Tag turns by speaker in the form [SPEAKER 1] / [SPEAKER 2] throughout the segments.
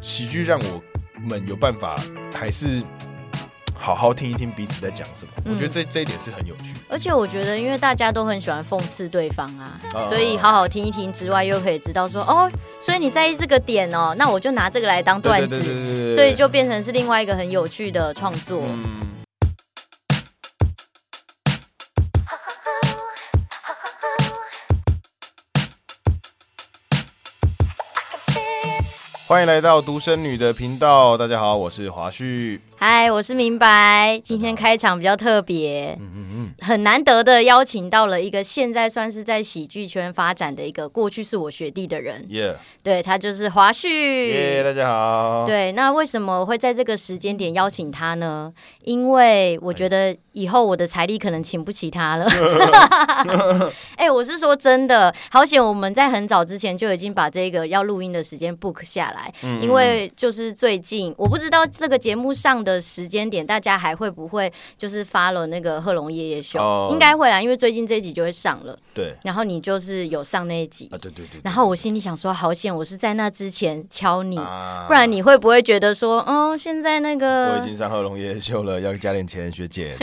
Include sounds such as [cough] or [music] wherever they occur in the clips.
[SPEAKER 1] 喜剧让我们有办法还是好好听一听彼此在讲什么。
[SPEAKER 2] 嗯
[SPEAKER 1] 我觉得这这一点是很有趣。
[SPEAKER 2] 而且我觉得，因为大家都很喜欢讽刺对方啊，
[SPEAKER 1] 啊
[SPEAKER 2] 所以好好听一听之外，又可以知道说哦，所以你在意这个点哦，那我就拿这个来当段
[SPEAKER 1] 对
[SPEAKER 2] 子，
[SPEAKER 1] 对对对对对，
[SPEAKER 2] 所以就变成是另外一个很有趣的创作。
[SPEAKER 1] 嗯。欢迎来到独生女的频道，大家好，我是华旭。
[SPEAKER 2] 嗨、我是明白，今天开场比较特别，
[SPEAKER 1] 嗯嗯
[SPEAKER 2] 很难得的邀请到了一个现在算是在喜剧圈发展的一个，过去是我学弟的人
[SPEAKER 1] 嗯，，耶
[SPEAKER 2] 对他就是华
[SPEAKER 1] 耶，
[SPEAKER 2] 旭。
[SPEAKER 1] 大家好。
[SPEAKER 2] 对，那为什么会在这个时间点邀请他呢？因为我觉得以后我的财力可能请不起
[SPEAKER 1] [laughs]
[SPEAKER 2] 他了。哎、我是说真的，好险我们在很早之前就已经把这个要录音的时间 book 下来，
[SPEAKER 1] 嗯，
[SPEAKER 2] 因为就是最近，我不知道这个节目上的时间点，大家还会不会就是发了那个贺龙夜夜秀？
[SPEAKER 1] 哦
[SPEAKER 2] 应该会啦，因为最近这一集就会上了，
[SPEAKER 1] 对
[SPEAKER 2] 然后你就是有上那一集，
[SPEAKER 1] 啊，对对对。
[SPEAKER 2] 然后我心里想说，好险，我是在那之前敲你，
[SPEAKER 1] 啊
[SPEAKER 2] 不然你会不会觉得说，嗯，现在那
[SPEAKER 1] 我
[SPEAKER 2] 个
[SPEAKER 1] 已经上贺龙夜秀了，要加点钱，学姐。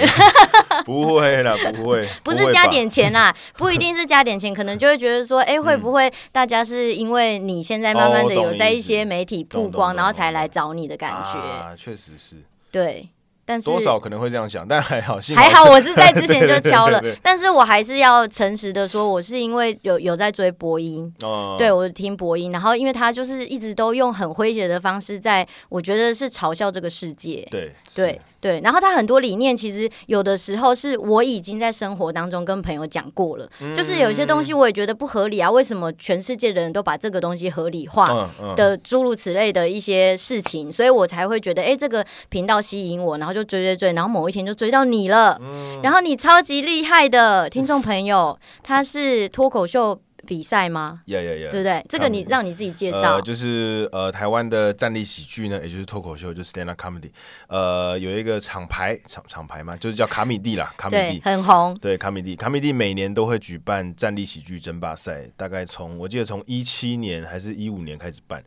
[SPEAKER 1] [laughs] 不会啦，不会，
[SPEAKER 2] [laughs] 不
[SPEAKER 1] 会
[SPEAKER 2] 是
[SPEAKER 1] 吧
[SPEAKER 2] 加点钱啦，不一定是加点钱，可能就会觉得说，哎、会不会大家是因为你现在慢慢的
[SPEAKER 1] 嗯哦懂
[SPEAKER 2] 有
[SPEAKER 1] 你
[SPEAKER 2] 在
[SPEAKER 1] 意
[SPEAKER 2] 一
[SPEAKER 1] 思
[SPEAKER 2] 些媒体曝
[SPEAKER 1] 懂懂
[SPEAKER 2] 光，
[SPEAKER 1] 懂
[SPEAKER 2] 然后
[SPEAKER 1] 懂
[SPEAKER 2] 才来找你的感觉？
[SPEAKER 1] 啊，确实是。
[SPEAKER 2] 对，但是
[SPEAKER 1] 多少可能会这样想，但还好，幸
[SPEAKER 2] 还好我是在之前
[SPEAKER 1] 对
[SPEAKER 2] 就
[SPEAKER 1] 对对
[SPEAKER 2] 敲了
[SPEAKER 1] 对对，
[SPEAKER 2] 但是我还是要诚实的说，我是因为有有在追播音，
[SPEAKER 1] 哦，
[SPEAKER 2] 对我听播音，然后因为他就是一直都用很诙谐的方式在，我觉得是嘲笑这个世界。
[SPEAKER 1] 对
[SPEAKER 2] 对对，然后他很多理念其实有的时候是我已经在生活当中跟朋友讲过了，
[SPEAKER 1] 嗯
[SPEAKER 2] 就是有一些东西我也觉得不合理啊，为什么全世界的人都把这个东西合理化？
[SPEAKER 1] 嗯嗯，
[SPEAKER 2] 的诸如此类的一些事情，所以我才会觉得，哎、这个频道吸引我，然后就追追追，然后某一天就追到你了。
[SPEAKER 1] 嗯
[SPEAKER 2] 然后你超级厉害的听众朋
[SPEAKER 1] [laughs]
[SPEAKER 2] 友，他是脱口秀比赛吗？
[SPEAKER 1] 呀呀呀，
[SPEAKER 2] 对不对？这个你
[SPEAKER 1] 嗯
[SPEAKER 2] 让你自己介绍
[SPEAKER 1] 呃，。就是呃，台湾的站立喜剧呢，也就是脱口秀，就是 stand up comedy，呃，有一个厂牌厂厂牌嘛，就是叫卡米蒂啦，卡米
[SPEAKER 2] 对
[SPEAKER 1] 蒂，。[laughs]
[SPEAKER 2] 很红，
[SPEAKER 1] 对卡米蒂，卡米蒂每年都会举办站立喜剧争霸赛，大概从我记得从一七年还是一五年开始办，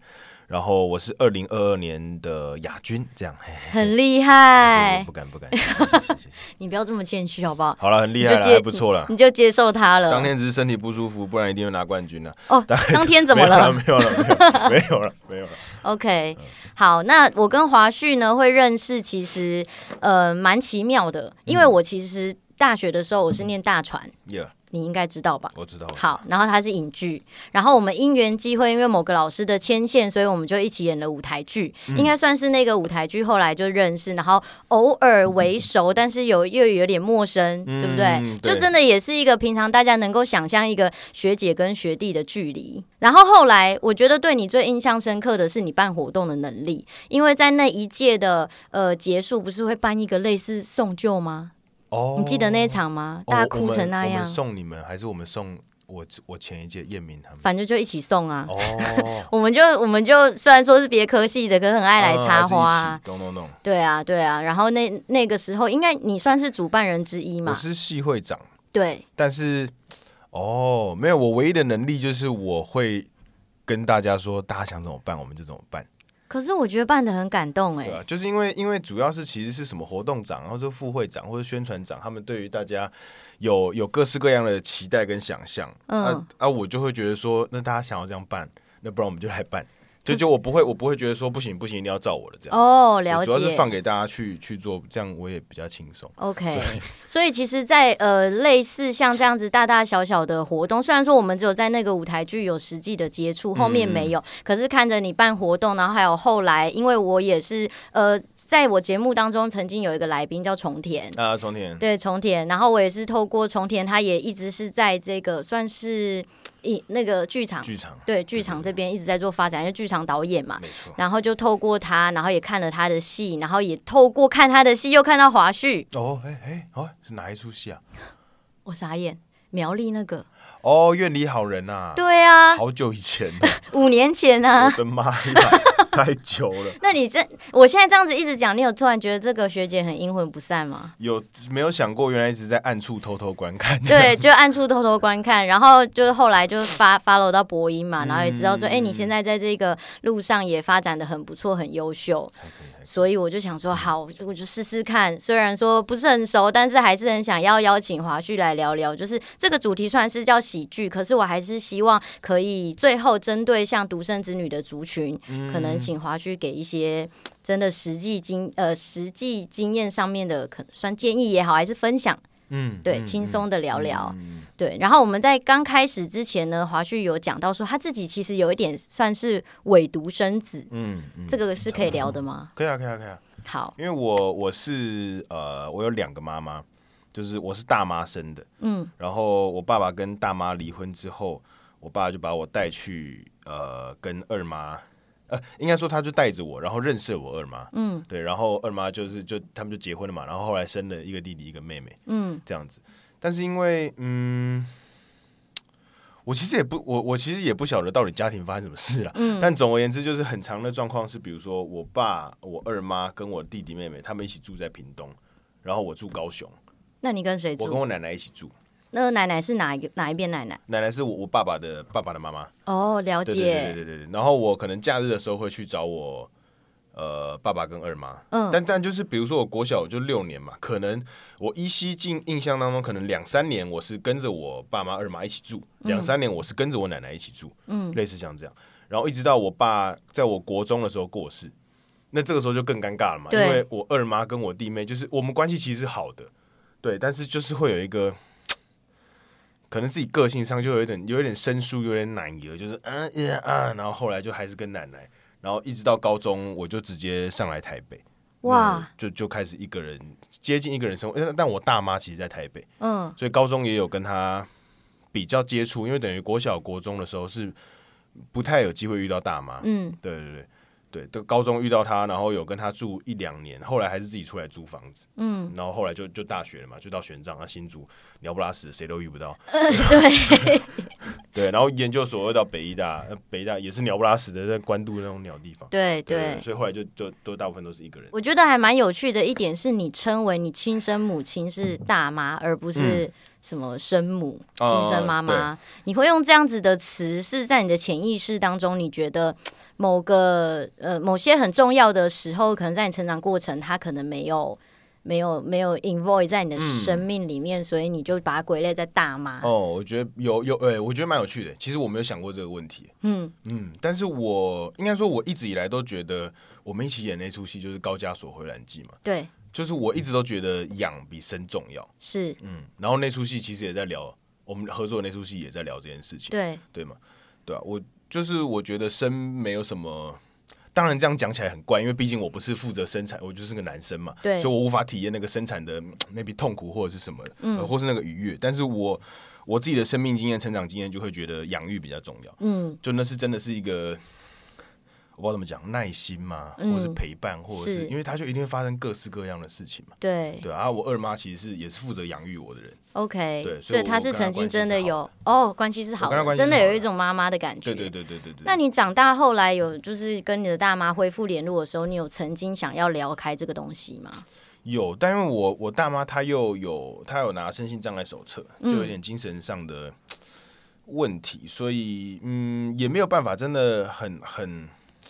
[SPEAKER 1] 然后我是二零二二年的亚军，这样，嘿
[SPEAKER 2] 很厉害
[SPEAKER 1] 不。敢不敢，谢谢谢谢
[SPEAKER 2] 你不要这么谦虚好不好？
[SPEAKER 1] 好了，很厉害
[SPEAKER 2] 你
[SPEAKER 1] 了，
[SPEAKER 2] 就接嗯
[SPEAKER 1] 还不错了。
[SPEAKER 2] 你就接受他了。
[SPEAKER 1] 啊当天只是身体不舒服，不然一定会拿冠军的、
[SPEAKER 2] 哦，当天怎么了
[SPEAKER 1] 没有了，没有了，没有了，没有了。
[SPEAKER 2] ？OK，好，那我跟华旭呢会认识，其实呃蛮奇妙的，因为我其实大学的时候我是念大传，
[SPEAKER 1] Yeah，
[SPEAKER 2] 你应该知道吧？
[SPEAKER 1] 我知道。我知道，
[SPEAKER 2] 好，然后它是影剧，然后我们因缘机会，因为某个老师的牵线，所以我们就一起演了舞台剧，
[SPEAKER 1] 嗯
[SPEAKER 2] 应该算是那个舞台剧后来就认识，然后偶尔为熟，但是有又有点陌生，对不对？
[SPEAKER 1] 嗯对
[SPEAKER 2] 就真的也是一个平常大家能够想象一个学姐跟学弟的距离。然后后来，我觉得对你最印象深刻的是你办活动的能力，因为在那一届的呃结束，不是会办一个类似送旧吗？
[SPEAKER 1] 哦
[SPEAKER 2] 你记得那一场吗？大家哭成那
[SPEAKER 1] 我们我
[SPEAKER 2] 样
[SPEAKER 1] 们，送你们，还是我们送我我前一届叶明他们？
[SPEAKER 2] 反正就一起送啊。
[SPEAKER 1] 哦，
[SPEAKER 2] 我们就我们就虽然说是别科系的，可是很爱来插花、
[SPEAKER 1] 啊还是一起懂懂懂。
[SPEAKER 2] 对啊，对啊。然后那那个时候，应该你算是主办人之一
[SPEAKER 1] 我
[SPEAKER 2] 嘛？
[SPEAKER 1] 是系会长，
[SPEAKER 2] 对，
[SPEAKER 1] 但是哦，没有，我唯一的能力就是我会跟大家说，大家想怎么办，我们就怎么办。
[SPEAKER 2] 可是我觉得办的很感动哎、
[SPEAKER 1] 对啊，就是因为因为主要是其实是什么活动长，或者副会长或者宣传长，他们对于大家有有各式各样的期待跟想象。
[SPEAKER 2] 嗯
[SPEAKER 1] 啊啊，我就会觉得说，那大家想要这样办，那不然我们就来
[SPEAKER 2] [laughs]
[SPEAKER 1] 办。就就我不会，我不会觉得说不行不行，一定要照我的这样。
[SPEAKER 2] 哦，
[SPEAKER 1] 我
[SPEAKER 2] 了
[SPEAKER 1] 啊主要是
[SPEAKER 2] 解。
[SPEAKER 1] 放给大家去去做，这样我也比较轻松。
[SPEAKER 2] OK，所以其实在，呃类似像这样子大大小小的活动，虽然说我们只有在那个舞台剧有实际的接
[SPEAKER 1] 嗯
[SPEAKER 2] 触，后面没有，可是看着你办活动，然后还有后来，因为我也是呃，在我节目当中曾经有一个来宾叫重田，
[SPEAKER 1] 啊，重田，
[SPEAKER 2] 对重田，然后我也是透过重田，他也一直是在这个算是一那个剧场，
[SPEAKER 1] 剧场
[SPEAKER 2] 对剧场这边一直在做发展，因为剧场导演嘛。
[SPEAKER 1] 没错。
[SPEAKER 2] 然后就透过他，然后也看了他的戏，然后也透过看他的戏，又看到华旭，
[SPEAKER 1] 哦，哎哎，哦，是哪一出戏啊？
[SPEAKER 2] 我傻眼，苗栗那个，
[SPEAKER 1] 啊哦，《愿里好人》呐，
[SPEAKER 2] 对啊， [laughs]
[SPEAKER 1] 好久以前了，
[SPEAKER 2] 五年前啊 [laughs]
[SPEAKER 1] 我，的妈呀！太久了，
[SPEAKER 2] 那你这我现在这样子一直讲，你有突然觉得这个学姐很阴魂不散吗？
[SPEAKER 1] 有没有想过原来一直在暗处偷偷观看？ [laughs]
[SPEAKER 2] 对，就暗处偷偷观看，然后就后来就发 follow 到博音嘛，然后也知道说，哎、你现在在这个路上也发展的很不错，很优秀，所以我就想说，好，我就试试看。虽然说不是很熟，但是还是很想要邀请华旭来聊聊，就是这个主题虽然是叫喜剧，可是我还是希望可以最后针对像独生子女的族群，
[SPEAKER 1] 嗯
[SPEAKER 2] 可能请华旭给一些。真的实际经呃实际经验上面的，可能算建议也好，还是分享，
[SPEAKER 1] 嗯，
[SPEAKER 2] 对，
[SPEAKER 1] 嗯
[SPEAKER 2] 轻松的聊聊。
[SPEAKER 1] 嗯
[SPEAKER 2] 对，然后我们在刚开始之前呢，华旭有讲到说他自己其实有一点算是伪独生子，
[SPEAKER 1] 嗯，嗯
[SPEAKER 2] 这个是可以聊的吗？
[SPEAKER 1] 可以啊，可以啊，可以啊，
[SPEAKER 2] 好，
[SPEAKER 1] 因为我我是呃，我有两个妈妈，就是我是大妈生的，
[SPEAKER 2] 嗯，
[SPEAKER 1] 然后我爸爸跟大妈离婚之后，我爸就把我带去呃跟二妈，呃，应该说他就带着我，然后认识了我二妈，嗯，对，然后二妈就是就他们就结婚了嘛，然后后来生了一个弟弟一个妹妹，
[SPEAKER 2] 嗯，
[SPEAKER 1] 这样子，但是因为嗯。我其实也不，我我其实也不晓得到底家庭发生什么事了。
[SPEAKER 2] 嗯
[SPEAKER 1] 但总而言之，就是很长的状况是，比如说我爸、我二妈跟我弟弟妹妹他们一起住在屏东，然后我住高雄，
[SPEAKER 2] 那你跟谁
[SPEAKER 1] 我跟
[SPEAKER 2] 住？
[SPEAKER 1] 我奶奶一起住。
[SPEAKER 2] 那奶奶是哪一个哪一边奶奶？
[SPEAKER 1] 奶奶是我我爸爸的爸爸的妈妈，
[SPEAKER 2] 哦，了
[SPEAKER 1] 对
[SPEAKER 2] 解，
[SPEAKER 1] 对对对对对。然后我可能假日的时候会去找我呃爸爸跟二妈，
[SPEAKER 2] 嗯
[SPEAKER 1] 但但就是比如说我国小就六年嘛，可能我依稀进印象当中，可能两三年我是跟着我爸妈二妈一起住，两三年我是跟着我奶奶一起住，
[SPEAKER 2] 嗯
[SPEAKER 1] 类似像这样。然后一直到我爸在我国中的时候过世，那这个时候就更尴尬了嘛，因
[SPEAKER 2] 对
[SPEAKER 1] 为我二妈跟我弟妹就是我们关系其实是好的，对，但是就是会有一个。可能自己个性上就有一点有一点生疏，有点奶油，就是嗯嗯嗯，然后后来就还是跟奶奶，然后一直到高中我就直接上来台北，
[SPEAKER 2] 哇，
[SPEAKER 1] 那就就开始一个人接近一个人生活。但但我大妈其实在台北，
[SPEAKER 2] 嗯
[SPEAKER 1] 所以高中也有跟她比较接触，因为等于国小国中的时候是不太有机会遇到大妈，
[SPEAKER 2] 嗯，
[SPEAKER 1] 对对对。对，都高中遇到她，然后有跟她住一两年，后来还是自己出来租房子，嗯，然后后来就就大学了嘛，就到玄奘啊新竹，鸟不拉屎，谁都遇不到， [laughs] 对对，然后研究所又到北医大，呃北医大也是鸟不拉屎的，在关渡那种鸟地方，
[SPEAKER 2] 对对。
[SPEAKER 1] 所以后来就就都大部分都是一个人，
[SPEAKER 2] 我觉得还蛮有趣的一点是，你称为你亲生母亲是大妈，而不是什么生母、亲、
[SPEAKER 1] 嗯哦
[SPEAKER 2] 生妈妈。你会用这样子的词，是在你的潜意识当中，你觉得嘖某个呃某些很重要的时候，可能在你成长过程，它可能没有没有没有 involve 在你的生命里面，所以你就把它归类在大妈。
[SPEAKER 1] 嗯哦，我觉得有有，哎、我觉得蛮有趣的。其实我没有想过这个问题，
[SPEAKER 2] 嗯
[SPEAKER 1] 嗯，但是我应该说，我一直以来都觉得我们一起演那出戏就是《高加索回蓝记》嘛，
[SPEAKER 2] 对，
[SPEAKER 1] 就是我一直都觉得养比生重要，
[SPEAKER 2] 是，
[SPEAKER 1] 嗯，然后那出戏其实也在聊，我们合作的那出戏也在聊这件事情，
[SPEAKER 2] 对，
[SPEAKER 1] 对吗？对啊，我就是我觉得生没有什么。当然，这样讲起来很怪，因为毕竟我不是负责生产，我就是个男生嘛，
[SPEAKER 2] 对
[SPEAKER 1] 所以我无法体验那个生产的嗯 maybe 痛苦或者是什么，
[SPEAKER 2] 嗯
[SPEAKER 1] 呃或是那个愉悦。但是我我自己的生命经验、成长经验就会觉得养育比较重要，
[SPEAKER 2] 嗯，
[SPEAKER 1] 就那是真的是一个。我不知道怎么讲，耐心嘛，
[SPEAKER 2] 嗯
[SPEAKER 1] 或者是陪伴，或者是
[SPEAKER 2] 是
[SPEAKER 1] 因为他就一定会发生各式各样的事情嘛，
[SPEAKER 2] 对。
[SPEAKER 1] 对啊。我二妈其实是也是负责养育我的人，
[SPEAKER 2] OK，
[SPEAKER 1] 对
[SPEAKER 2] 所
[SPEAKER 1] 所以
[SPEAKER 2] 以
[SPEAKER 1] 我
[SPEAKER 2] 他是
[SPEAKER 1] 跟他
[SPEAKER 2] 曾经
[SPEAKER 1] 关系
[SPEAKER 2] 真
[SPEAKER 1] 是
[SPEAKER 2] 的
[SPEAKER 1] 好
[SPEAKER 2] 有哦，关系是好
[SPEAKER 1] 跟他
[SPEAKER 2] 的，
[SPEAKER 1] 关系
[SPEAKER 2] 真的
[SPEAKER 1] 是好
[SPEAKER 2] 有
[SPEAKER 1] 的
[SPEAKER 2] 一种妈妈的感觉。
[SPEAKER 1] 对对对对对对。
[SPEAKER 2] 那你长大后来有就是跟你的大妈恢复联络的时候，你有曾经想要聊开这个东西吗？
[SPEAKER 1] 有，但因为我我大妈她又有她有拿身心障碍手册，就有点精神上的问题，所以嗯也没有办法，真的很很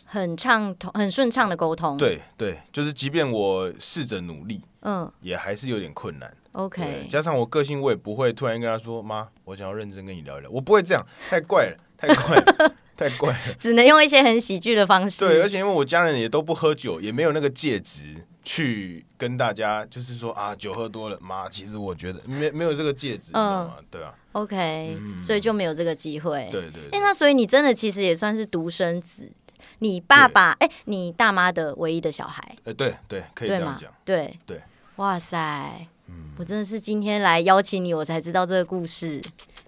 [SPEAKER 2] 很畅通、很顺畅的沟通。，
[SPEAKER 1] 对对，就是即便我试着努力，
[SPEAKER 2] 嗯
[SPEAKER 1] 也还是有点困难。对
[SPEAKER 2] ，OK，
[SPEAKER 1] 加上我个性，我也不会突然跟她说妈，我想要认真跟你聊一聊，我不会这样，太怪了，太怪了，太怪了。
[SPEAKER 2] 只能用一些很喜剧的方式。
[SPEAKER 1] 对，而且因为我家人也都不喝酒，也没有那个戒指去跟大家，就是说啊，酒喝多了，妈，其实我觉得没没有这个戒指，你知道吗？对啊，
[SPEAKER 2] OK，、所以就没有这个机会。
[SPEAKER 1] 对对
[SPEAKER 2] 嗯哎、
[SPEAKER 1] 对，
[SPEAKER 2] 那所以你真的其实也算是独生子，你爸爸哎、你大妈的唯一的小孩，
[SPEAKER 1] 呃，对对，可以这
[SPEAKER 2] 对
[SPEAKER 1] 样
[SPEAKER 2] 吗
[SPEAKER 1] 讲，？
[SPEAKER 2] 对
[SPEAKER 1] 对，嗯
[SPEAKER 2] 哇塞，我真的是今天来邀请你，我才知道这个故事，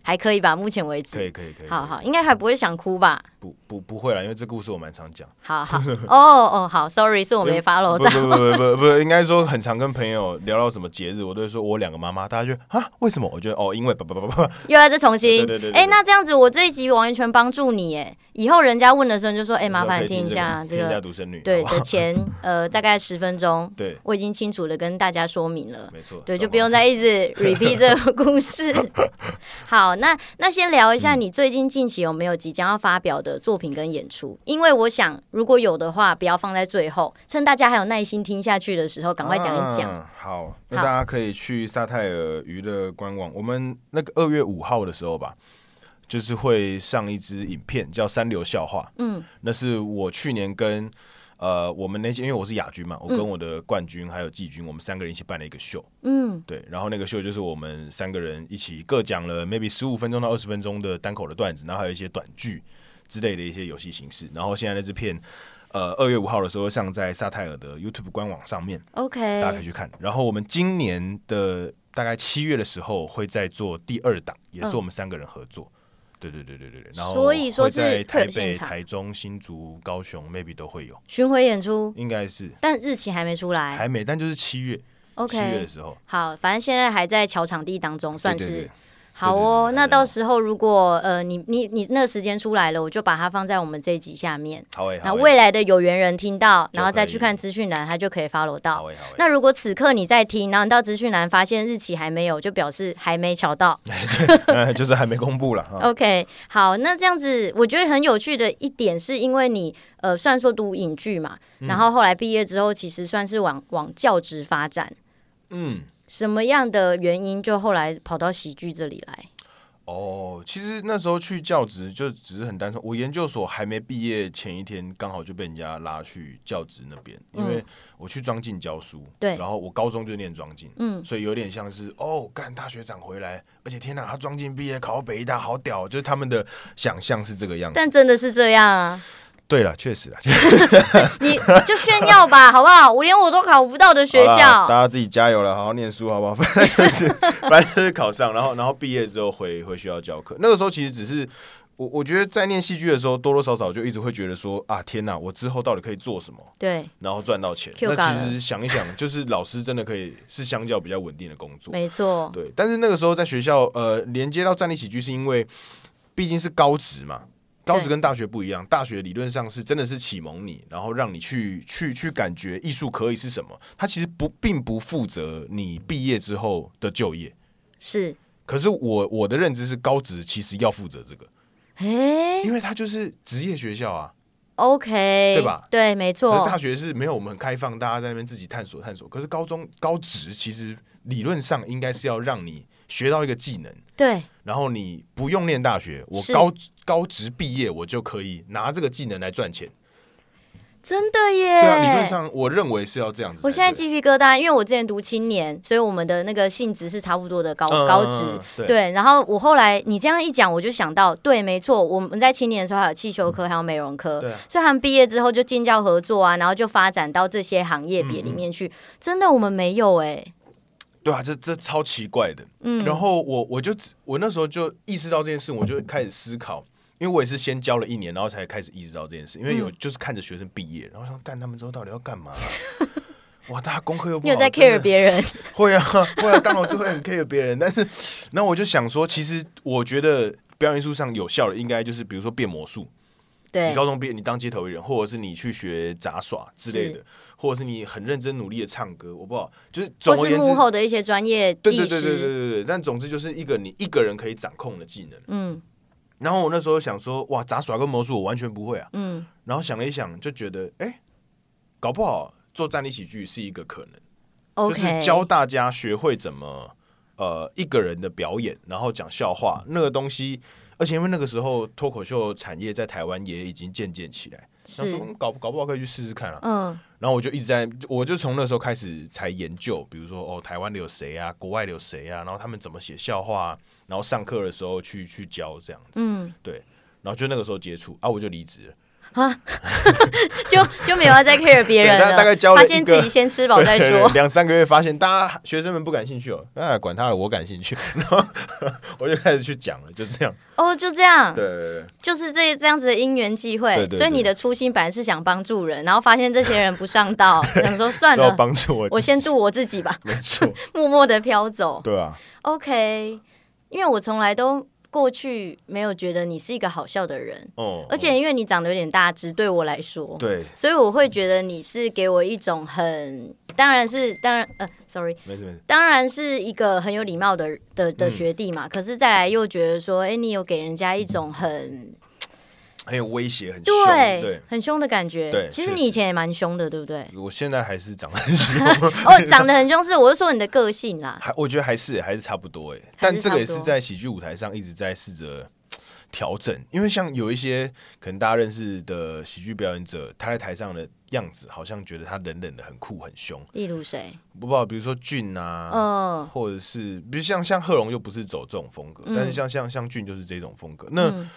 [SPEAKER 2] 还可以吧？目前为
[SPEAKER 1] 可
[SPEAKER 2] 止，
[SPEAKER 1] 以可以可以，
[SPEAKER 2] 好
[SPEAKER 1] 可以，
[SPEAKER 2] 好，应该还不会想哭吧？
[SPEAKER 1] 不不不不会啦，因为这故事我蛮常讲。[laughs]
[SPEAKER 2] 好好，哦哦，好，sorry，是我没 follow
[SPEAKER 1] 不
[SPEAKER 2] 到。
[SPEAKER 1] 不不不不不，应该说很常跟朋友聊到什么节日，我都会说我两个妈妈，大家就啊为什么？我觉得哦，因为叭叭叭叭叭，
[SPEAKER 2] 又要再重
[SPEAKER 1] 对
[SPEAKER 2] 新
[SPEAKER 1] 对对对。对
[SPEAKER 2] 哎、那这样子，我这一集完全帮助你哎。以后人家问的时候，你就说：“哎、麻烦
[SPEAKER 1] 可以听
[SPEAKER 2] 一下这
[SPEAKER 1] 听一下
[SPEAKER 2] 个。
[SPEAKER 1] 独生女，”好
[SPEAKER 2] 对
[SPEAKER 1] 不好
[SPEAKER 2] 的前
[SPEAKER 1] [laughs]
[SPEAKER 2] 呃，大概十分钟，
[SPEAKER 1] 对，
[SPEAKER 2] 我已经清楚的跟大家说明了。
[SPEAKER 1] 没错，
[SPEAKER 2] 对，就
[SPEAKER 1] 状况
[SPEAKER 2] 不用再一
[SPEAKER 1] [laughs]
[SPEAKER 2] 直 repeat 这个故事。 [laughs] 好，那那先聊一下
[SPEAKER 1] 嗯
[SPEAKER 2] 你最近近期有没有即将要发表的作品跟演出？因为我想，如果有的话，不要放在最后，趁大家还有耐心听下去的时候，赶快讲一讲。
[SPEAKER 1] 啊好，那
[SPEAKER 2] 好
[SPEAKER 1] 大家可以去萨泰尔娱乐官网，我们那个二月五号的时候吧，就是会上一支影片叫《三流笑话》。嗯，那是我去年跟呃我们那些，因为我是亚军嘛，我跟我的冠军还有季军，我们三个人一起办了一个秀。
[SPEAKER 2] 嗯，
[SPEAKER 1] 对，然后那个秀就是我们三个人一起各讲了 maybe 十五分钟到二十分钟的单口的段子，然后还有一些短剧之类的一些游戏形式。然后现在那支片，呃，二月五号的时候上在萨泰尔的 YouTube 官网上面。大家可以
[SPEAKER 2] OK，
[SPEAKER 1] 去看。然后我们今年的大概七月的时候会再做第二档，也是我们三个人合作。对对对对对对。然后
[SPEAKER 2] 嗯所以说是
[SPEAKER 1] 会在
[SPEAKER 2] 会
[SPEAKER 1] 台
[SPEAKER 2] 有现
[SPEAKER 1] 北、
[SPEAKER 2] 场
[SPEAKER 1] 台中、新竹、高雄，maybe 都会有，
[SPEAKER 2] 巡回演出，
[SPEAKER 1] 应该是
[SPEAKER 2] 但日期还没出来。
[SPEAKER 1] 还没，但就是七月，七月
[SPEAKER 2] OK，
[SPEAKER 1] 的时候
[SPEAKER 2] 好，反正现在还在瞧场地当中，算
[SPEAKER 1] 对对
[SPEAKER 2] 是
[SPEAKER 1] 对
[SPEAKER 2] 好哦
[SPEAKER 1] 对对。对
[SPEAKER 2] 那到时候如果呃你你你那个时间出来了，我就把它放在我们这一集下面。
[SPEAKER 1] 好诶，
[SPEAKER 2] 那
[SPEAKER 1] 好欸诶，
[SPEAKER 2] 未来的有缘人听到，
[SPEAKER 1] 就
[SPEAKER 2] 然后再
[SPEAKER 1] 可以
[SPEAKER 2] 去看资讯栏，他就可以 follow
[SPEAKER 1] 好哎
[SPEAKER 2] 到。
[SPEAKER 1] 诶，好诶。欸
[SPEAKER 2] 那如果此刻你在听，然后你到资讯栏发现日期还没有，就表示还没瞧到。
[SPEAKER 1] 呃 [laughs] 就是还没公布了哈。
[SPEAKER 2] OK，好，那这样子我觉得很有趣的一点，是因为你呃，虽然说读影剧嘛，
[SPEAKER 1] 嗯
[SPEAKER 2] 然后后来毕业之后，其实算是往往教职发展。
[SPEAKER 1] 嗯，
[SPEAKER 2] 什么样的原因就后来跑到喜剧这里来？
[SPEAKER 1] 哦，其实那时候去教职就只是很单纯，我研究所还没毕业前一天，刚好就被人家拉去教职那边，因为我去庄敬教书，
[SPEAKER 2] 嗯对
[SPEAKER 1] 然后我高中就念庄敬，
[SPEAKER 2] 嗯
[SPEAKER 1] 嗯，所以有点像是哦，干大学长回来，而且天哪，他庄敬毕业考到北医大，好屌哦，就是他们的想象是这个样子。
[SPEAKER 2] 但真的是这
[SPEAKER 1] [laughs]
[SPEAKER 2] 样啊！
[SPEAKER 1] 对了，确实啊，
[SPEAKER 2] 你就炫耀吧，好不好？我连我都考不到的学
[SPEAKER 1] 好啦大
[SPEAKER 2] 校，
[SPEAKER 1] 家自己加油了，好好念书，好不好？ [laughs] 反正就是，反正就是考上，然后然后毕业之后回回学校教课。那个时候其实只是我，我觉得在念戏剧的时候，多多少少就一直会觉得说啊，天哪，我之后到底可以做什么，
[SPEAKER 2] 对，
[SPEAKER 1] 然后赚到
[SPEAKER 2] [laughs]
[SPEAKER 1] 钱？
[SPEAKER 2] Q
[SPEAKER 1] 那
[SPEAKER 2] 尬
[SPEAKER 1] 其实想一想，就是老师真的可以是相较比较稳定的工作，
[SPEAKER 2] 没错，
[SPEAKER 1] 对。但是那个时候在学校，呃，连接到站立喜剧是因为毕竟是高职嘛。高职
[SPEAKER 2] 对
[SPEAKER 1] 跟大学不一样，大学理论上是真的是启蒙你，然后让你去去去感觉艺术可以是什么。它其实不并不负责你毕业之后的就业，
[SPEAKER 2] 是，
[SPEAKER 1] 可是我我的认知是高职其实要负责这个，
[SPEAKER 2] 哎
[SPEAKER 1] 因为它就是职业学校啊。
[SPEAKER 2] ，OK，对
[SPEAKER 1] 对吧？
[SPEAKER 2] 对，哦没
[SPEAKER 1] 可是
[SPEAKER 2] 错
[SPEAKER 1] 大，学是没有我们很开放，大家在那边自己探索探索。可是高中高职其实理论上应该是要让你学到一个技能，
[SPEAKER 2] 对，
[SPEAKER 1] 然后你不用念大学，我
[SPEAKER 2] 是
[SPEAKER 1] 高高职毕业我就可以拿这个技能来赚钱。
[SPEAKER 2] 真的耶。
[SPEAKER 1] 对啊，理论上我认为是要这样子才对。
[SPEAKER 2] 我现在鸡皮疙瘩，因为我之前读青年，所以我们的那个性质是差不多的高、
[SPEAKER 1] 嗯
[SPEAKER 2] 高职
[SPEAKER 1] 嗯嗯。对
[SPEAKER 2] 对，然后我后来你这样一讲，我就想到，对，没错，我们在青年的时候还有汽修科，还有美容科，
[SPEAKER 1] 对啊
[SPEAKER 2] 所以他们毕业之后就建教合作啊，然后就发展到这些行业别里
[SPEAKER 1] 嗯
[SPEAKER 2] 面去。真的，我们没有哎、
[SPEAKER 1] 对啊，这这超奇怪的。嗯，然后我我就我那时候就意识到这件事，我就开始思考，因为我也是先教了一年，然后才开始意识到这件事，因
[SPEAKER 2] 嗯
[SPEAKER 1] 为有、就是看着学生毕业，然后想干他们之后到底要干
[SPEAKER 2] [laughs]
[SPEAKER 1] 嘛啊、哇，大家功课又不
[SPEAKER 2] 你
[SPEAKER 1] 好，
[SPEAKER 2] 有在
[SPEAKER 1] 真的
[SPEAKER 2] care 别人？
[SPEAKER 1] 会啊， [laughs] 会啊，当老师会很 care 别人，但是， [laughs] 那我就想说，其实我觉得表演艺术上有效的，应该就是比如说变魔术，你
[SPEAKER 2] 对，
[SPEAKER 1] 高中毕业你当街头艺人，或者是你去学杂耍之类的，或者是你很认真努力的唱歌，我不好，就是总
[SPEAKER 2] 或
[SPEAKER 1] 而
[SPEAKER 2] 是
[SPEAKER 1] 言之
[SPEAKER 2] 幕，后的一些专业
[SPEAKER 1] 对对
[SPEAKER 2] 技
[SPEAKER 1] 对对对对对
[SPEAKER 2] 师，
[SPEAKER 1] 对，但总之就是一个你一个人可以掌控的技能。
[SPEAKER 2] 嗯
[SPEAKER 1] 然后我那时候想说，哇，杂耍跟魔术我完全不会啊，
[SPEAKER 2] 嗯，
[SPEAKER 1] 然后想了一想，就觉得，哎、搞不好做站立喜剧是一个可能。就是
[SPEAKER 2] ，OK，
[SPEAKER 1] 教大家学会怎么呃一个人的表演，然后讲笑话那个东西。而且因为那个时候脱口秀产业在台湾也已经渐渐起来，想说
[SPEAKER 2] 是，
[SPEAKER 1] 嗯搞搞不好可以去试试看啊。
[SPEAKER 2] 嗯，
[SPEAKER 1] 然后我就一直在，我就从那时候开始才研究，比如说哦，台湾的有谁啊，国外的有谁啊，然后他们怎么写笑话、啊，然后上课的时候去去教这样子，
[SPEAKER 2] 嗯，
[SPEAKER 1] 然后就那个时候接触啊，我就离职了。
[SPEAKER 2] 啊，就就没有要再 care 别人
[SPEAKER 1] 对
[SPEAKER 2] 了。
[SPEAKER 1] 大大概教了
[SPEAKER 2] 他
[SPEAKER 1] 一
[SPEAKER 2] 先
[SPEAKER 1] 个
[SPEAKER 2] 自己先吃饱
[SPEAKER 1] [laughs]
[SPEAKER 2] 再
[SPEAKER 1] 对
[SPEAKER 2] 说。
[SPEAKER 1] 两三个月发现大家学生们不感兴趣哦，那、管他了，我感兴趣， [laughs] 然后我就开始去讲了，就这样。
[SPEAKER 2] 哦，就这样
[SPEAKER 1] 对，对对，
[SPEAKER 2] 就是这这样子的因缘际会。
[SPEAKER 1] 对对对
[SPEAKER 2] 所以你的初心本来是想帮助人，然后发现这些人不
[SPEAKER 1] [laughs]
[SPEAKER 2] 上道，想说算
[SPEAKER 1] 是要
[SPEAKER 2] 了，
[SPEAKER 1] 帮助我自己，
[SPEAKER 2] 我先渡我自己吧，
[SPEAKER 1] 没
[SPEAKER 2] [laughs]
[SPEAKER 1] 错，
[SPEAKER 2] 默默的飘走。
[SPEAKER 1] 对啊，
[SPEAKER 2] OK，因为我从来都过去没有觉得你是一个好笑的人，
[SPEAKER 1] 哦，
[SPEAKER 2] 而且因为你长得有点大只，对我来说，
[SPEAKER 1] 对，
[SPEAKER 2] 所以我会觉得你是给我一种很，当然是当然呃，sorry，
[SPEAKER 1] 没事没事，
[SPEAKER 2] 当然是一个很有礼貌的的
[SPEAKER 1] 嗯
[SPEAKER 2] 的学弟嘛，可是再来又觉得说，哎、你有给人家一种很
[SPEAKER 1] 很有威胁，很凶，
[SPEAKER 2] 对
[SPEAKER 1] 对。
[SPEAKER 2] 很凶的感觉。
[SPEAKER 1] 对
[SPEAKER 2] 其实
[SPEAKER 1] 确？
[SPEAKER 2] 你以前也蛮凶的，对不对 [laughs]
[SPEAKER 1] 我现在还是长得很凶，
[SPEAKER 2] 哦，长得很凶是，我是说你的个性啦。
[SPEAKER 1] 还我觉得还是还是差不多哎，
[SPEAKER 2] 还
[SPEAKER 1] 但
[SPEAKER 2] 是
[SPEAKER 1] 这
[SPEAKER 2] 差
[SPEAKER 1] 个
[SPEAKER 2] 不多
[SPEAKER 1] 也是在喜剧舞台上一直在试着调整，因为像有一些可能大家认识的喜剧表演者，他在台上的样子好像觉得他冷冷的很酷很凶，
[SPEAKER 2] 例如谁？
[SPEAKER 1] 不知道比如说俊啊，
[SPEAKER 2] 嗯
[SPEAKER 1] 或者是比如像像贺龙又不是走这种风格，
[SPEAKER 2] 嗯
[SPEAKER 1] 但是像像像俊就是这种风格。那、
[SPEAKER 2] 嗯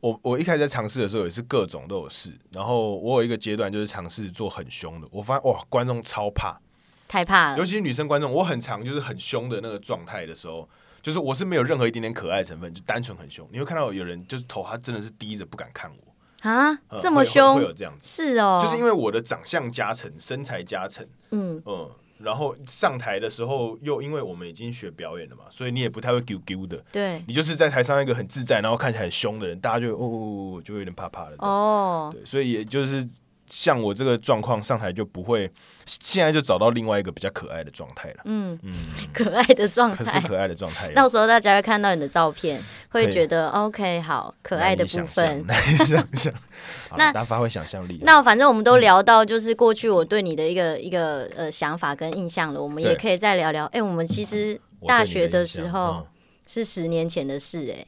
[SPEAKER 1] 我我一开始在尝试的时候也是各种都有试，然后我有一个阶段就是尝试做很凶的，我发现哇观众超怕，
[SPEAKER 2] 太怕了
[SPEAKER 1] 尤。其是女生观众，我很常就是很凶的那个状态的时候。就是我是没有任何一点点可爱成分，就单纯很凶。你会看到有人就是头他真的是低着不敢看我，
[SPEAKER 2] 啊
[SPEAKER 1] 呃，
[SPEAKER 2] 这么
[SPEAKER 1] 会会会
[SPEAKER 2] 凶
[SPEAKER 1] 有，这样子，
[SPEAKER 2] 是哦，
[SPEAKER 1] 就是因为我的长相加成、身材加成，
[SPEAKER 2] 嗯，
[SPEAKER 1] 嗯，然后上台的时候又因为我们已经学表演了嘛，所以你也不太会丢丢的，
[SPEAKER 2] 对，
[SPEAKER 1] 你就是在台上一个很自在，然后看起来很凶的人，大家就哦哦哦就会有点怕怕的。
[SPEAKER 2] 哦，
[SPEAKER 1] 对，所以也就是像我这个状况，上台就不会，现在就找到另外一个比较可爱的状态了，
[SPEAKER 2] 嗯，可爱的状
[SPEAKER 1] 可是
[SPEAKER 2] 态。
[SPEAKER 1] 可爱的状态
[SPEAKER 2] 到时候大家会看到你的照片，会
[SPEAKER 1] 对
[SPEAKER 2] 觉得 OK 好可爱的部分。
[SPEAKER 1] [laughs] 难以想象，难以想
[SPEAKER 2] [laughs]
[SPEAKER 1] 象好啦
[SPEAKER 2] 那
[SPEAKER 1] 大家发挥想象力啊。
[SPEAKER 2] 那反正我们都聊到就是过去我对你的一个、一个呃想法跟印象了，我们也
[SPEAKER 1] 对
[SPEAKER 2] 可以再聊聊。哎、我们其实
[SPEAKER 1] 我对你
[SPEAKER 2] 大学
[SPEAKER 1] 的
[SPEAKER 2] 的
[SPEAKER 1] 印
[SPEAKER 2] 时
[SPEAKER 1] 象
[SPEAKER 2] 候
[SPEAKER 1] 嗯 [laughs]
[SPEAKER 2] 是十年前的事、哎、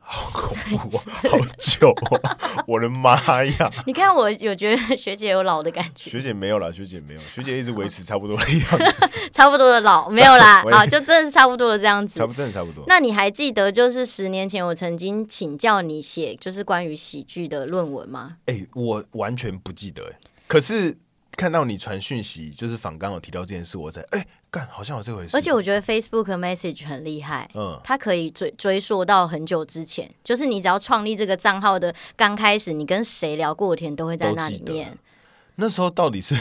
[SPEAKER 1] 好恐怖哦，好久哦，我的妈呀！
[SPEAKER 2] [laughs]
[SPEAKER 1] [laughs]
[SPEAKER 2] 你看我有觉得学姐有老的感觉，
[SPEAKER 1] 学姐没有啦，学姐没有，学姐一直维持差不多的
[SPEAKER 2] [laughs]
[SPEAKER 1] 样子，，
[SPEAKER 2] 差不多的老没有啦
[SPEAKER 1] 我也
[SPEAKER 2] 啊，就真的是差不多的这样子
[SPEAKER 1] 差。不真的差不多。
[SPEAKER 2] 那你还记得就是十年前我曾经请教你写就是关于喜剧的论文吗？
[SPEAKER 1] 哎、我完全不记得哎、可是看到你传讯息，就是仿刚有提到这件事，我才哎干、好像有这回事。
[SPEAKER 2] 而且我觉得 Facebook Message 很厉害，
[SPEAKER 1] 嗯，
[SPEAKER 2] 它可以追追溯到很久之前，就是你只要创立这个账号的刚开始，你跟谁聊过天都会在那里
[SPEAKER 1] 都记
[SPEAKER 2] 面。
[SPEAKER 1] 那时候到底是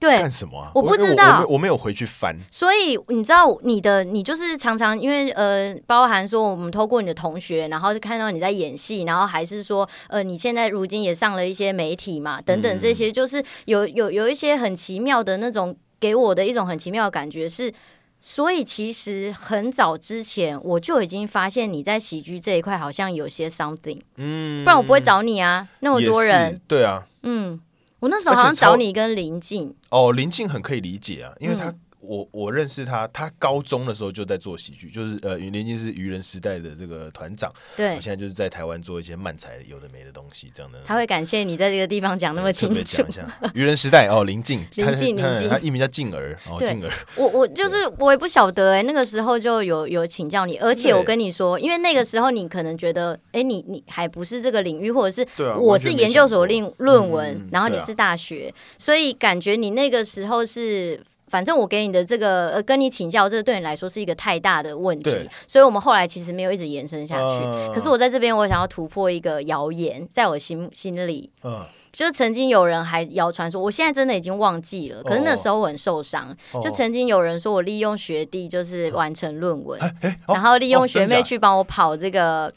[SPEAKER 2] 对
[SPEAKER 1] 干，什么啊？
[SPEAKER 2] 哎我不
[SPEAKER 1] 因为
[SPEAKER 2] 知道
[SPEAKER 1] 我没有我没有回去翻。
[SPEAKER 2] 所以你知道你的你就是常常因为呃，包含说我们透过你的同学，然后就看到你在演戏，然后还是说呃，你现在如今也上了一些媒体嘛，等等这
[SPEAKER 1] 嗯
[SPEAKER 2] 些，就是有有有一些很奇妙的那种给我的一种很奇妙的感觉是。所以其实很早之前我就已经发现你在喜剧这一块好像有些 something，
[SPEAKER 1] 嗯，
[SPEAKER 2] 不然我不会找你啊，那么
[SPEAKER 1] 也
[SPEAKER 2] 多
[SPEAKER 1] 是
[SPEAKER 2] 人，。
[SPEAKER 1] 对啊，
[SPEAKER 2] 嗯，我那时候好
[SPEAKER 1] 而
[SPEAKER 2] 像
[SPEAKER 1] 且超
[SPEAKER 2] 找你跟林静，
[SPEAKER 1] 哦，林静很可以理解啊，因为
[SPEAKER 2] 嗯
[SPEAKER 1] 他、我我认识他，他高中的时候就在做喜剧，就是呃，林静是愚人时代的这个团长，
[SPEAKER 2] 对
[SPEAKER 1] 现，在就是在台湾做一些漫才有的没的东西，这样的。
[SPEAKER 2] 他会感谢你在这个地方讲那么
[SPEAKER 1] 特
[SPEAKER 2] 清
[SPEAKER 1] 别
[SPEAKER 2] 楚
[SPEAKER 1] 讲一。下愚人时代哦，林静，他
[SPEAKER 2] [laughs] 林静
[SPEAKER 1] 他
[SPEAKER 2] 林静
[SPEAKER 1] 他艺名叫静儿，哦，
[SPEAKER 2] 对
[SPEAKER 1] 静儿，
[SPEAKER 2] 我我就是我也不晓得哎、那个时候就有有请教你，而且我跟你说，因为那个时候你可能觉得，哎、你你还不是这个领域，或者是
[SPEAKER 1] 对啊
[SPEAKER 2] 我
[SPEAKER 1] 完全
[SPEAKER 2] 是
[SPEAKER 1] 没
[SPEAKER 2] 研究
[SPEAKER 1] 想过
[SPEAKER 2] 所论论文，
[SPEAKER 1] 嗯
[SPEAKER 2] 然后你
[SPEAKER 1] 对啊
[SPEAKER 2] 是大学，所以感觉你那个时候是。反正我给你的这个呃，跟你请教，这个对你来说是一个太大的问题
[SPEAKER 1] 对，
[SPEAKER 2] 所以我们后来其实没有一直延伸下去。
[SPEAKER 1] 嗯
[SPEAKER 2] 可是我在这边，我想要突破一个谣言，在我心心里，
[SPEAKER 1] 嗯，
[SPEAKER 2] 就是曾经有人还谣传说，我现在真的已经忘记了，可是那时候我很受伤。
[SPEAKER 1] 哦
[SPEAKER 2] 就曾经有人说我利用学弟就是完成论文，
[SPEAKER 1] 哦
[SPEAKER 2] 然后利用学
[SPEAKER 1] 真假
[SPEAKER 2] 妹去帮我跑这个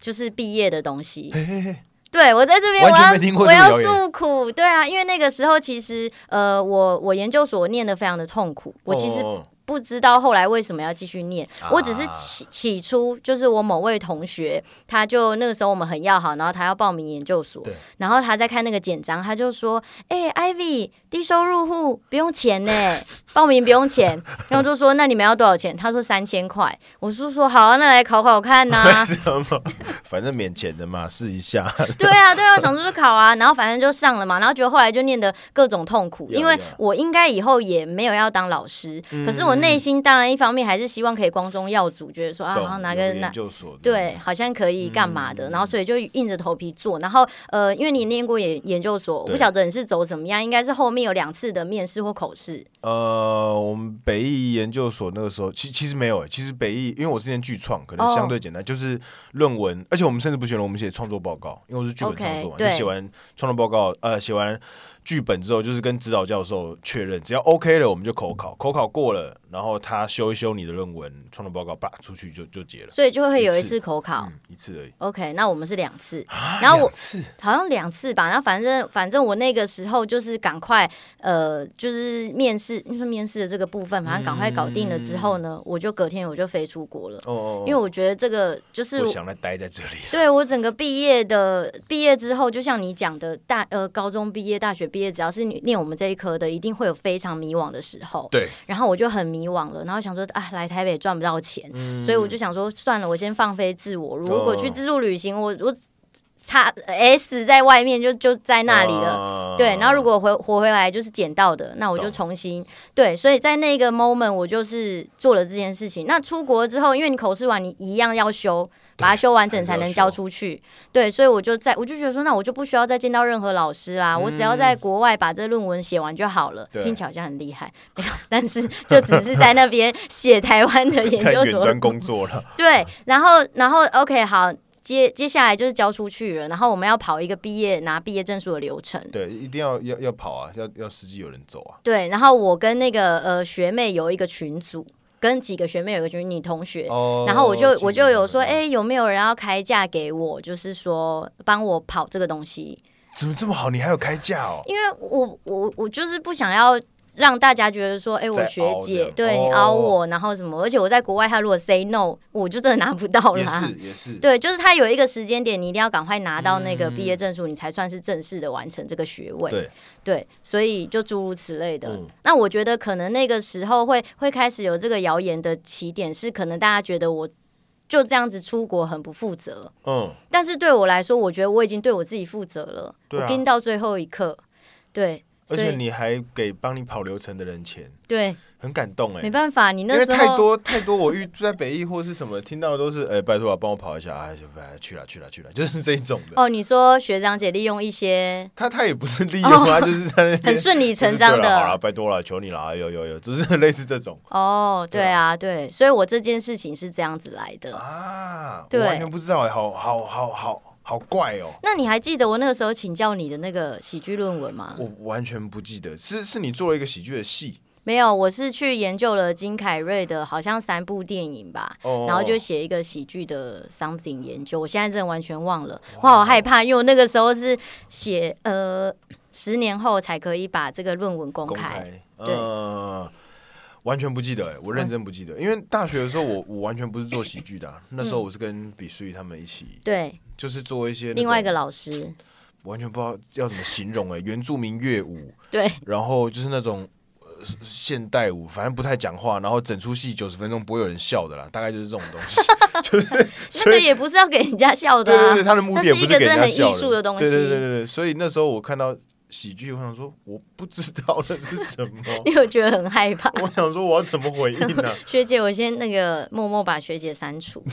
[SPEAKER 2] 就是毕业的东西。
[SPEAKER 1] 嘿嘿嘿，
[SPEAKER 2] 对我在这边我
[SPEAKER 1] 完全
[SPEAKER 2] 要
[SPEAKER 1] 没听过
[SPEAKER 2] 我
[SPEAKER 1] 这个
[SPEAKER 2] 要
[SPEAKER 1] 谣言
[SPEAKER 2] 诉苦，对啊，因为那个时候其实呃我我研究所念的非常的痛苦，我其实
[SPEAKER 1] 哦
[SPEAKER 2] 不知道后来为什么要继续念，
[SPEAKER 1] 啊
[SPEAKER 2] 我只是起起初就是我某位同学，他就那个时候我们很要好，然后他要报名研究所
[SPEAKER 1] 对，
[SPEAKER 2] 然后他在看那个简章，他就说：“哎、i v y 低收入户不用钱呢，报名不用钱。”然后我就
[SPEAKER 1] [laughs]
[SPEAKER 2] 说：“那你们要多少钱？”他说：“三千块。”我就说：“好、啊，那来考考看呐、 [laughs]
[SPEAKER 1] 为什么？哦反正免钱的嘛，试一下。 [laughs]
[SPEAKER 2] 对啊，对啊，想说就考啊，然后反正就上了嘛，然后觉得后来就念的各种痛苦，
[SPEAKER 1] 呀
[SPEAKER 2] 因为
[SPEAKER 1] 呀嗯
[SPEAKER 2] 我应该以后也没有要当老师，可是我内心当然一方面还是希望可以光宗耀祖，觉得说啊，
[SPEAKER 1] 懂
[SPEAKER 2] 然后拿
[SPEAKER 1] 有
[SPEAKER 2] 个拿
[SPEAKER 1] 研。究所的
[SPEAKER 2] 对，好像可以干嘛
[SPEAKER 1] 嗯
[SPEAKER 2] 的，然后所以就硬着头皮做。然后呃，因为你念过研研究所，我不
[SPEAKER 1] 对
[SPEAKER 2] 晓得你是走怎么样，应该是后面有两次的面试或口试。
[SPEAKER 1] 呃，我们北艺研究所那个时候，其其实没有、欸，其实北艺，因为我之前巨创，可
[SPEAKER 2] 哦
[SPEAKER 1] 能相对简单，就是论文，而且我们甚至不写论文，我们写创作报告，因为我是剧本
[SPEAKER 2] OK，
[SPEAKER 1] 创作嘛，
[SPEAKER 2] 对
[SPEAKER 1] 就写完创作报告，呃，写完剧本之后，就是跟指导教授确认，只要 OK 了，我们就口考，口考过了，然后他修一修你的论文创作报告，叭出去就就结了，
[SPEAKER 2] 所以就会有一
[SPEAKER 1] 一次
[SPEAKER 2] 次口考。
[SPEAKER 1] 嗯，一次而已。
[SPEAKER 2] OK，那我们是两次，哦然后我
[SPEAKER 1] 两次
[SPEAKER 2] 好像两次吧，然后反正反正我那个时候就是赶快呃，就是面试，就是面试的这个部分，反正赶快搞定了之后呢，我就隔天我就飞出国了，
[SPEAKER 1] 嗯哦哦，哦
[SPEAKER 2] 因为我觉得这个就是
[SPEAKER 1] 不想再待在这里了，
[SPEAKER 2] 对我整个毕业的毕业之后，就像你讲的大呃高中毕业、大学毕业，只要是你念我们这一科的，一定会有非常迷惘的时候。
[SPEAKER 1] 对，
[SPEAKER 2] 然后我就很迷惘了，然后想说啊，来台北赚不到钱，所以我就想说算了，我先放飞自我。如果去自助旅行，我我差 S 在外面就就在那里了。
[SPEAKER 1] 了
[SPEAKER 2] 对，然后如果回活回来就是捡到的，那我就
[SPEAKER 1] 嗯懂
[SPEAKER 2] 重新对，所以在那个 moment 我就是做了这件事情。那出国之后，因为你口试完，你一样要修，把它修完整
[SPEAKER 1] 还是
[SPEAKER 2] 才
[SPEAKER 1] 要
[SPEAKER 2] 能
[SPEAKER 1] 修
[SPEAKER 2] 交出去。对，所以我就在我就觉得说，那我就不需要再见到任何老师啦，我只要在国外把这论文写完就好了。
[SPEAKER 1] 嗯对
[SPEAKER 2] 听起来好像很厉害，没有，但是就只是在那边写台湾的研
[SPEAKER 1] 在
[SPEAKER 2] 究
[SPEAKER 1] 远
[SPEAKER 2] 所
[SPEAKER 1] 端工作了，
[SPEAKER 2] 对，然后然后 OK 好，接接下来就是交出去了，然后我们要跑一个毕业拿毕业证书的流程。
[SPEAKER 1] 对，一定要要要跑啊，要要实际有人走啊。
[SPEAKER 2] 对，然后我跟那个呃学妹有一个群组，跟几个学妹有一个群，你同学。
[SPEAKER 1] 哦
[SPEAKER 2] 然后我就我就有说，，
[SPEAKER 1] 这样
[SPEAKER 2] 哎、有没有人要开价给我？就是说帮我跑这个东西，
[SPEAKER 1] 怎么这么好？你还有开价哦？
[SPEAKER 2] 因为我我我就是不想要让大家觉得说，哎、我
[SPEAKER 1] 在
[SPEAKER 2] 学
[SPEAKER 1] 凹这
[SPEAKER 2] 姐
[SPEAKER 1] 样
[SPEAKER 2] 对你
[SPEAKER 1] 哦
[SPEAKER 2] 凹我，然后什么？而且我在国外，他如果 say no，我就真的拿不到啦。
[SPEAKER 1] 也是嗯也是，
[SPEAKER 2] 对，就是他有一个时间点，你一定要赶快拿到那个毕业证书，你才算是正式的完成这个学位。
[SPEAKER 1] 对
[SPEAKER 2] 对所以就诸如此类的。
[SPEAKER 1] 嗯
[SPEAKER 2] 那我觉得可能那个时候会会开始有这个谣言的起点，是可能大家觉得我就这样子出国很不负责，
[SPEAKER 1] 嗯，
[SPEAKER 2] 但是对我来说，我觉得我已经对我自己负责了，
[SPEAKER 1] 对啊
[SPEAKER 2] 我盯到最后一刻。对，
[SPEAKER 1] 而
[SPEAKER 2] 所
[SPEAKER 1] 且
[SPEAKER 2] 以
[SPEAKER 1] 你还给帮你跑流程的人钱，
[SPEAKER 2] 对，
[SPEAKER 1] 很感动哎
[SPEAKER 2] 没。办法，你
[SPEAKER 1] 因为
[SPEAKER 2] 那时
[SPEAKER 1] 太
[SPEAKER 2] 候。
[SPEAKER 1] 多太多，我遇在北艺或是什么听到的都是，哎、拜托啊，帮我跑一下，哎，就哎去了去了去了， [laughs] 就是这一种的。
[SPEAKER 2] 哦，你说学长姐利用一些
[SPEAKER 1] 他他也不是利用啊，就是在那边
[SPEAKER 2] 哦 [laughs] 很顺理
[SPEAKER 1] 就是
[SPEAKER 2] 成章
[SPEAKER 1] 对啦好
[SPEAKER 2] 的
[SPEAKER 1] 了，，拜托了，求你了，哎呦呦呦，只是类 [laughs] 似这种
[SPEAKER 2] 哦，
[SPEAKER 1] 对
[SPEAKER 2] 对啊，对，所以我这件事情是这样子来的。
[SPEAKER 1] 啊，我
[SPEAKER 2] 对
[SPEAKER 1] 完全不知道哎、好好好好好怪哦、
[SPEAKER 2] 那你还记得我那个时候请教你的那个喜剧论文吗？
[SPEAKER 1] 我完全不记得，是是你做了一个喜剧的戏，
[SPEAKER 2] 没有，我是去研究了金凯瑞的，好像三部电影吧，
[SPEAKER 1] 哦
[SPEAKER 2] 然后就写一个喜剧的 something 研究。我现在真的完全忘了，
[SPEAKER 1] 哦
[SPEAKER 2] 我好害怕，因为我那个时候是写呃十年后才可以把这个论文公
[SPEAKER 1] 公
[SPEAKER 2] 开。
[SPEAKER 1] 开，
[SPEAKER 2] 对
[SPEAKER 1] 呃，完全不记得、欸，我认真不记得，因为大学的时候我我完全不是做喜剧的啊、
[SPEAKER 2] 嗯
[SPEAKER 1] 那时候我是跟比斯玉他们一起，
[SPEAKER 2] 对，
[SPEAKER 1] 就是做一些那种
[SPEAKER 2] 另外一个老
[SPEAKER 1] [laughs]
[SPEAKER 2] 师，
[SPEAKER 1] 完全不知道要怎么形容哎、欸，原住民乐舞，
[SPEAKER 2] 对，
[SPEAKER 1] 然后就是那种。呃现代舞，反正不太讲话，然后整出戏九十分钟不会有人笑的啦，大概就是这种东
[SPEAKER 2] [laughs]
[SPEAKER 1] 西。
[SPEAKER 2] 那个也不是要给人家笑的
[SPEAKER 1] 对对
[SPEAKER 2] 啊
[SPEAKER 1] 对，。他的目的也不给人家
[SPEAKER 2] 那是一个真的
[SPEAKER 1] 笑
[SPEAKER 2] 很艺术的东西
[SPEAKER 1] 对对对对对，所以那时候我看到喜剧，我想说我不知道那是什么，
[SPEAKER 2] 你有觉得很害怕？
[SPEAKER 1] 我想说我要怎么回应
[SPEAKER 2] [laughs]
[SPEAKER 1] 呢、
[SPEAKER 2] 学姐，我先那个默默把学姐删
[SPEAKER 1] [laughs]
[SPEAKER 2] 除，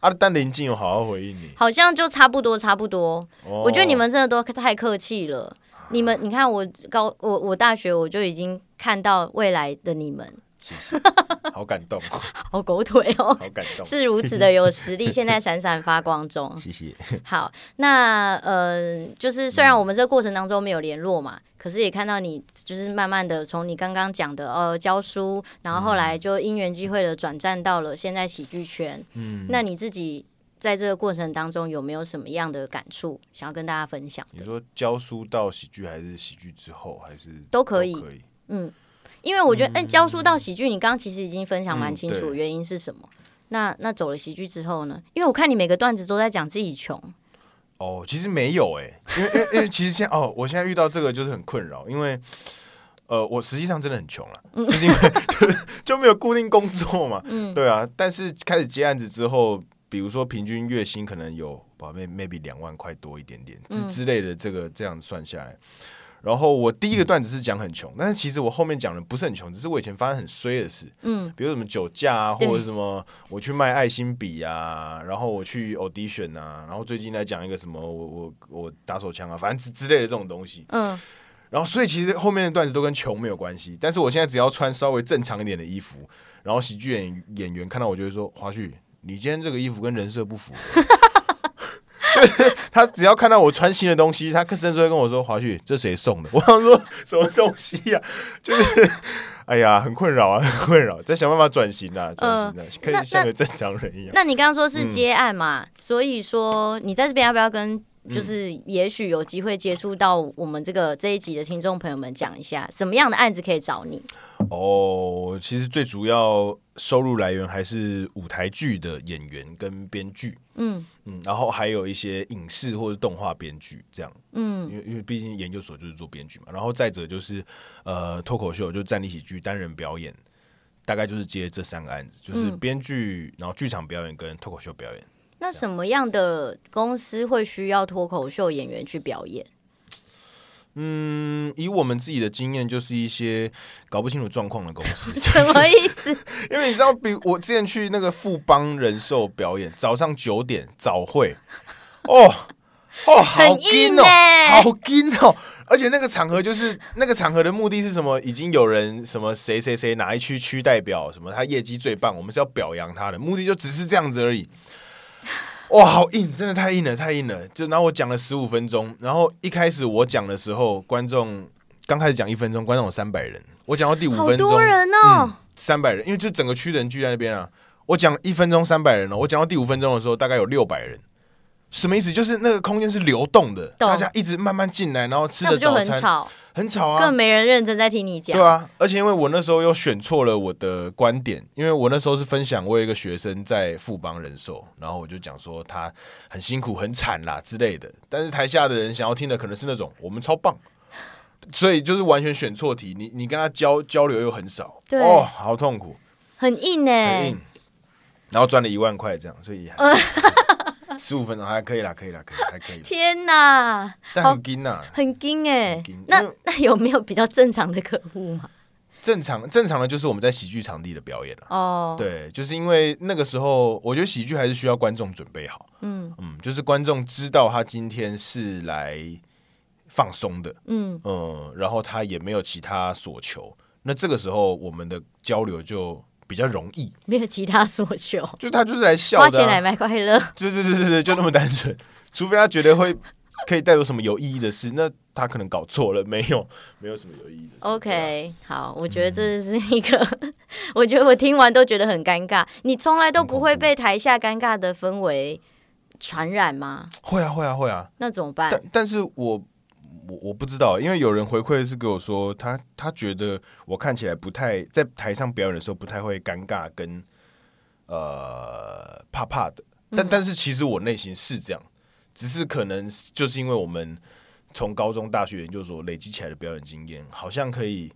[SPEAKER 1] 啊？但林静有好好回应你，
[SPEAKER 2] 好像就差不多，差不多。
[SPEAKER 1] 哦
[SPEAKER 2] 我觉得你们真的都太客气了。你们，你看我高，我我大学我就已经看到未来的你们，
[SPEAKER 1] 哦谢谢，好感动，
[SPEAKER 2] 好狗腿哦，
[SPEAKER 1] 好感动，
[SPEAKER 2] 是如此的有实力，现在闪闪发光 [laughs] 中。
[SPEAKER 1] 谢谢。
[SPEAKER 2] 好，那呃，就是虽然我们这个过程当中没有联络嘛，可是也看到你就是慢慢的从你刚刚讲的呃教书，然后后来就因缘机会的转战到了现在喜剧圈。嗯，那你自己在这个过程当中有没有什么样的感触想要跟大家分享？
[SPEAKER 1] 你说教书到喜剧，还是喜剧之后，还是
[SPEAKER 2] 都可以
[SPEAKER 1] 都可以。
[SPEAKER 2] 因为我觉得，哎、教书到喜剧，你刚刚其实已经分享蛮清
[SPEAKER 1] 嗯
[SPEAKER 2] 楚
[SPEAKER 1] 对
[SPEAKER 2] 原因是什么。那那走了喜剧之后呢？因为我看你每个段子都在讲自己穷，
[SPEAKER 1] 哦，其实没有哎、因为因为因为其实现在哦，我现在遇到这个就是很困扰，因为呃，我实际上真的很穷 [laughs] 了， [laughs]
[SPEAKER 2] 嗯
[SPEAKER 1] 啊就是因为就没有固定工作嘛，对啊。但是开始接案子之后，比如说平均月薪可能有吧，may maybe 两万块多一点点
[SPEAKER 2] 嗯
[SPEAKER 1] 之之类的，这个这样算下来。然后我第一个段子是讲很穷，但是其实我后面讲的不是很穷，只是我以前发生很衰的事，
[SPEAKER 2] 嗯，
[SPEAKER 1] 比如什么酒驾啊，或
[SPEAKER 2] 对
[SPEAKER 1] 者是什么我去卖爱心笔啊，然后我去 audition 啊，然后最近在讲一个什么我我我打手枪啊，反正之之类的这种东西。
[SPEAKER 2] 嗯，
[SPEAKER 1] 然后所以其实后面的段子都跟穷没有关系，但是我现在只要穿稍微正常一点的衣服，然后喜剧演演员看到我就会说：“华旭，你今天这个衣服跟人设不符。”就是他只要看到我穿新的东西，他甚至会跟我说：“华旭，这谁送的？”我想说什么东西呀、 [laughs] 就是哎呀，很困扰啊，很困扰，在想办法转型啊，转型啊，可以像个正常人一样。
[SPEAKER 2] 那你刚刚说是接案嘛，
[SPEAKER 1] 嗯
[SPEAKER 2] 所以说你在这边要不要跟？就是也许有机会接触到我们这个这一集的听众朋友们，讲一下什么样的案子可以找你？
[SPEAKER 1] 哦，其实最主要收入来源还是舞台剧的演员跟编剧。
[SPEAKER 2] 嗯
[SPEAKER 1] 嗯，然后还有一些影视或者动画编剧这样，
[SPEAKER 2] 嗯
[SPEAKER 1] 因为因为毕竟研究所就是做编剧嘛，然后再者就是呃脱口秀就站立喜剧单人表演，大概就是接这三个案子，就是
[SPEAKER 2] 嗯
[SPEAKER 1] 编剧，然后剧场表演跟脱口秀表演。
[SPEAKER 2] 那什么样的公司会需要脱口秀演员去
[SPEAKER 1] [laughs]
[SPEAKER 2] 表演？
[SPEAKER 1] 嗯，以我们自己的经验，就是一些搞不清楚状况的公司，
[SPEAKER 2] [laughs] 什么意思？
[SPEAKER 1] 因为你知道，比我之前去那个富邦人寿表演，早上九点早会，哦哦，好
[SPEAKER 2] 很硬
[SPEAKER 1] 紧哦，
[SPEAKER 2] 欸
[SPEAKER 1] 好紧哦。而且那个场合就是那个场合的目的是什么？已经有人什么谁谁谁哪一区区代表什么，他业绩最棒，我们是要表扬他的，目的就只是这样子而已。哇，好硬，真的太硬了，太硬了！就然后我讲了十五分钟，然后一开始我讲的时候，观众刚开始讲一分钟，观众有三百人，我讲到第五
[SPEAKER 2] 好
[SPEAKER 1] 分钟，嗯
[SPEAKER 2] 多人哦，
[SPEAKER 1] 三百人，因为就整个区的人聚在那边啊。我讲一分钟三百人了、哦我讲到第五分钟的时候，大概有六百人。什么意思？就是那个空间是流动的，
[SPEAKER 2] 懂
[SPEAKER 1] 大家一直慢慢进来，然后吃
[SPEAKER 2] 那不
[SPEAKER 1] 着
[SPEAKER 2] 就
[SPEAKER 1] 早
[SPEAKER 2] 很
[SPEAKER 1] 餐，
[SPEAKER 2] 吵，
[SPEAKER 1] 很吵
[SPEAKER 2] 根本
[SPEAKER 1] 啊，
[SPEAKER 2] 没人认真在听你讲。
[SPEAKER 1] 对啊。而且因为我那时候又选错了我的观点，因为我那时候是分享我有一个学生在富邦人寿，然后我就讲说他很辛苦、很惨啦之类的。但是台下的人想要听的可能是那种我们超棒，所以就是完全选错题。你你跟他交交流又很少，
[SPEAKER 2] 对
[SPEAKER 1] 哦，好痛苦。
[SPEAKER 2] 很硬欸呢、
[SPEAKER 1] 很硬，然后赚了一万块这样，所以
[SPEAKER 2] 嗯
[SPEAKER 1] [laughs] 十五分钟还可以啦，可以啦，可
[SPEAKER 2] [laughs]
[SPEAKER 1] 以，还可以，
[SPEAKER 2] 天哪，
[SPEAKER 1] 但很啊紧呐、
[SPEAKER 2] 很硬哎、
[SPEAKER 1] 很硬因
[SPEAKER 2] 那
[SPEAKER 1] 为
[SPEAKER 2] 那有没有比较正常的客户吗？
[SPEAKER 1] 正常正常的就是我们在喜剧场地的表演啦。啊
[SPEAKER 2] 哦，
[SPEAKER 1] 对，就是因为那个时候，我觉得喜剧还是需要观众准备好，
[SPEAKER 2] 嗯
[SPEAKER 1] 嗯，就是观众知道他今天是来放松的，
[SPEAKER 2] 嗯，
[SPEAKER 1] 嗯，然后他也没有其他所求，那这个时候我们的交流就比较容易，
[SPEAKER 2] 没有其他所求，
[SPEAKER 1] 就他就是来笑的、啊，
[SPEAKER 2] 花钱来买快乐。
[SPEAKER 1] 对对对对对，就那么单纯。除非他觉得会可以带走什么有意义的事，那他可能搞错了，没有没有什么有意义的事。对啊
[SPEAKER 2] OK，好，我觉得这
[SPEAKER 1] 嗯
[SPEAKER 2] 是一个， [laughs] 我觉得我听完都觉得很尴尬。你从来都不会被台下尴尬的氛围传染吗？
[SPEAKER 1] 会啊会啊会啊，
[SPEAKER 2] 那怎么
[SPEAKER 1] 但
[SPEAKER 2] 办？
[SPEAKER 1] 但是我我我不知道，因为有人回馈是给我说，他他觉得我看起来不太在台上表演的时候不太会尴尬跟呃怕怕的，但、但是其实我内心是这样，只是可能就是因为我们从高中、大学、研究所累积起来的表演经验，好像可以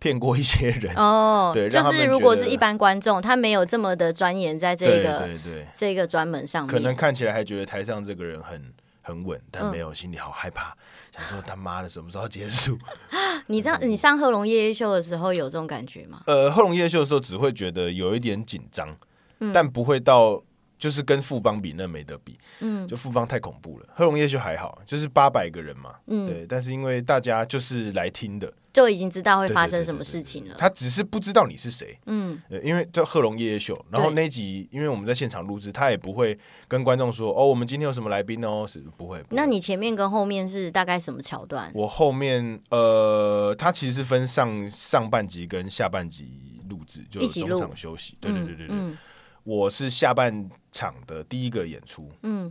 [SPEAKER 1] 骗过一些人。
[SPEAKER 2] 哦，
[SPEAKER 1] 对
[SPEAKER 2] 就
[SPEAKER 1] 让他
[SPEAKER 2] 是
[SPEAKER 1] 们
[SPEAKER 2] 如果
[SPEAKER 1] 觉得
[SPEAKER 2] 是一般观众，他没有这么的钻研在这
[SPEAKER 1] 对
[SPEAKER 2] 个
[SPEAKER 1] 对对，
[SPEAKER 2] 这个专门上
[SPEAKER 1] 可能
[SPEAKER 2] 面。
[SPEAKER 1] 看起来还觉得台上这个人很很稳，但
[SPEAKER 2] 嗯
[SPEAKER 1] 没有，心里好害怕，想说他妈的什么时候结束？ [laughs]
[SPEAKER 2] 你这样，你上贺龙夜夜秀的时候有这种感觉吗？
[SPEAKER 1] 呃，后龙夜秀的时候只会觉得有一点紧张，但不会到。就是跟富邦比，那没得比。
[SPEAKER 2] 嗯
[SPEAKER 1] 就富邦太恐怖了，贺龙夜秀还好，就是八百个人嘛。
[SPEAKER 2] 嗯，
[SPEAKER 1] 对，但是因为大家就是来听的，
[SPEAKER 2] 就已经知道会
[SPEAKER 1] 对
[SPEAKER 2] 发
[SPEAKER 1] 对
[SPEAKER 2] 生
[SPEAKER 1] 对
[SPEAKER 2] 什么
[SPEAKER 1] 对
[SPEAKER 2] 事
[SPEAKER 1] 对
[SPEAKER 2] 情了。
[SPEAKER 1] 他只是不知道你是谁。
[SPEAKER 2] 嗯，
[SPEAKER 1] 呃，因为这贺龙夜夜秀，然后
[SPEAKER 2] 对
[SPEAKER 1] 那一集因为我们在现场录制，他也不会跟观众说哦，我们今天有什么来宾哦，是不会。不会
[SPEAKER 2] 那你前面跟后面是大概什么桥段？
[SPEAKER 1] 我后面呃，它其实是分上上半集跟下半集录制，就
[SPEAKER 2] 一
[SPEAKER 1] 是
[SPEAKER 2] 起
[SPEAKER 1] 中
[SPEAKER 2] 录
[SPEAKER 1] 场休息。对对对对对，
[SPEAKER 2] 嗯
[SPEAKER 1] 我是下半场的第一个演出。
[SPEAKER 2] 嗯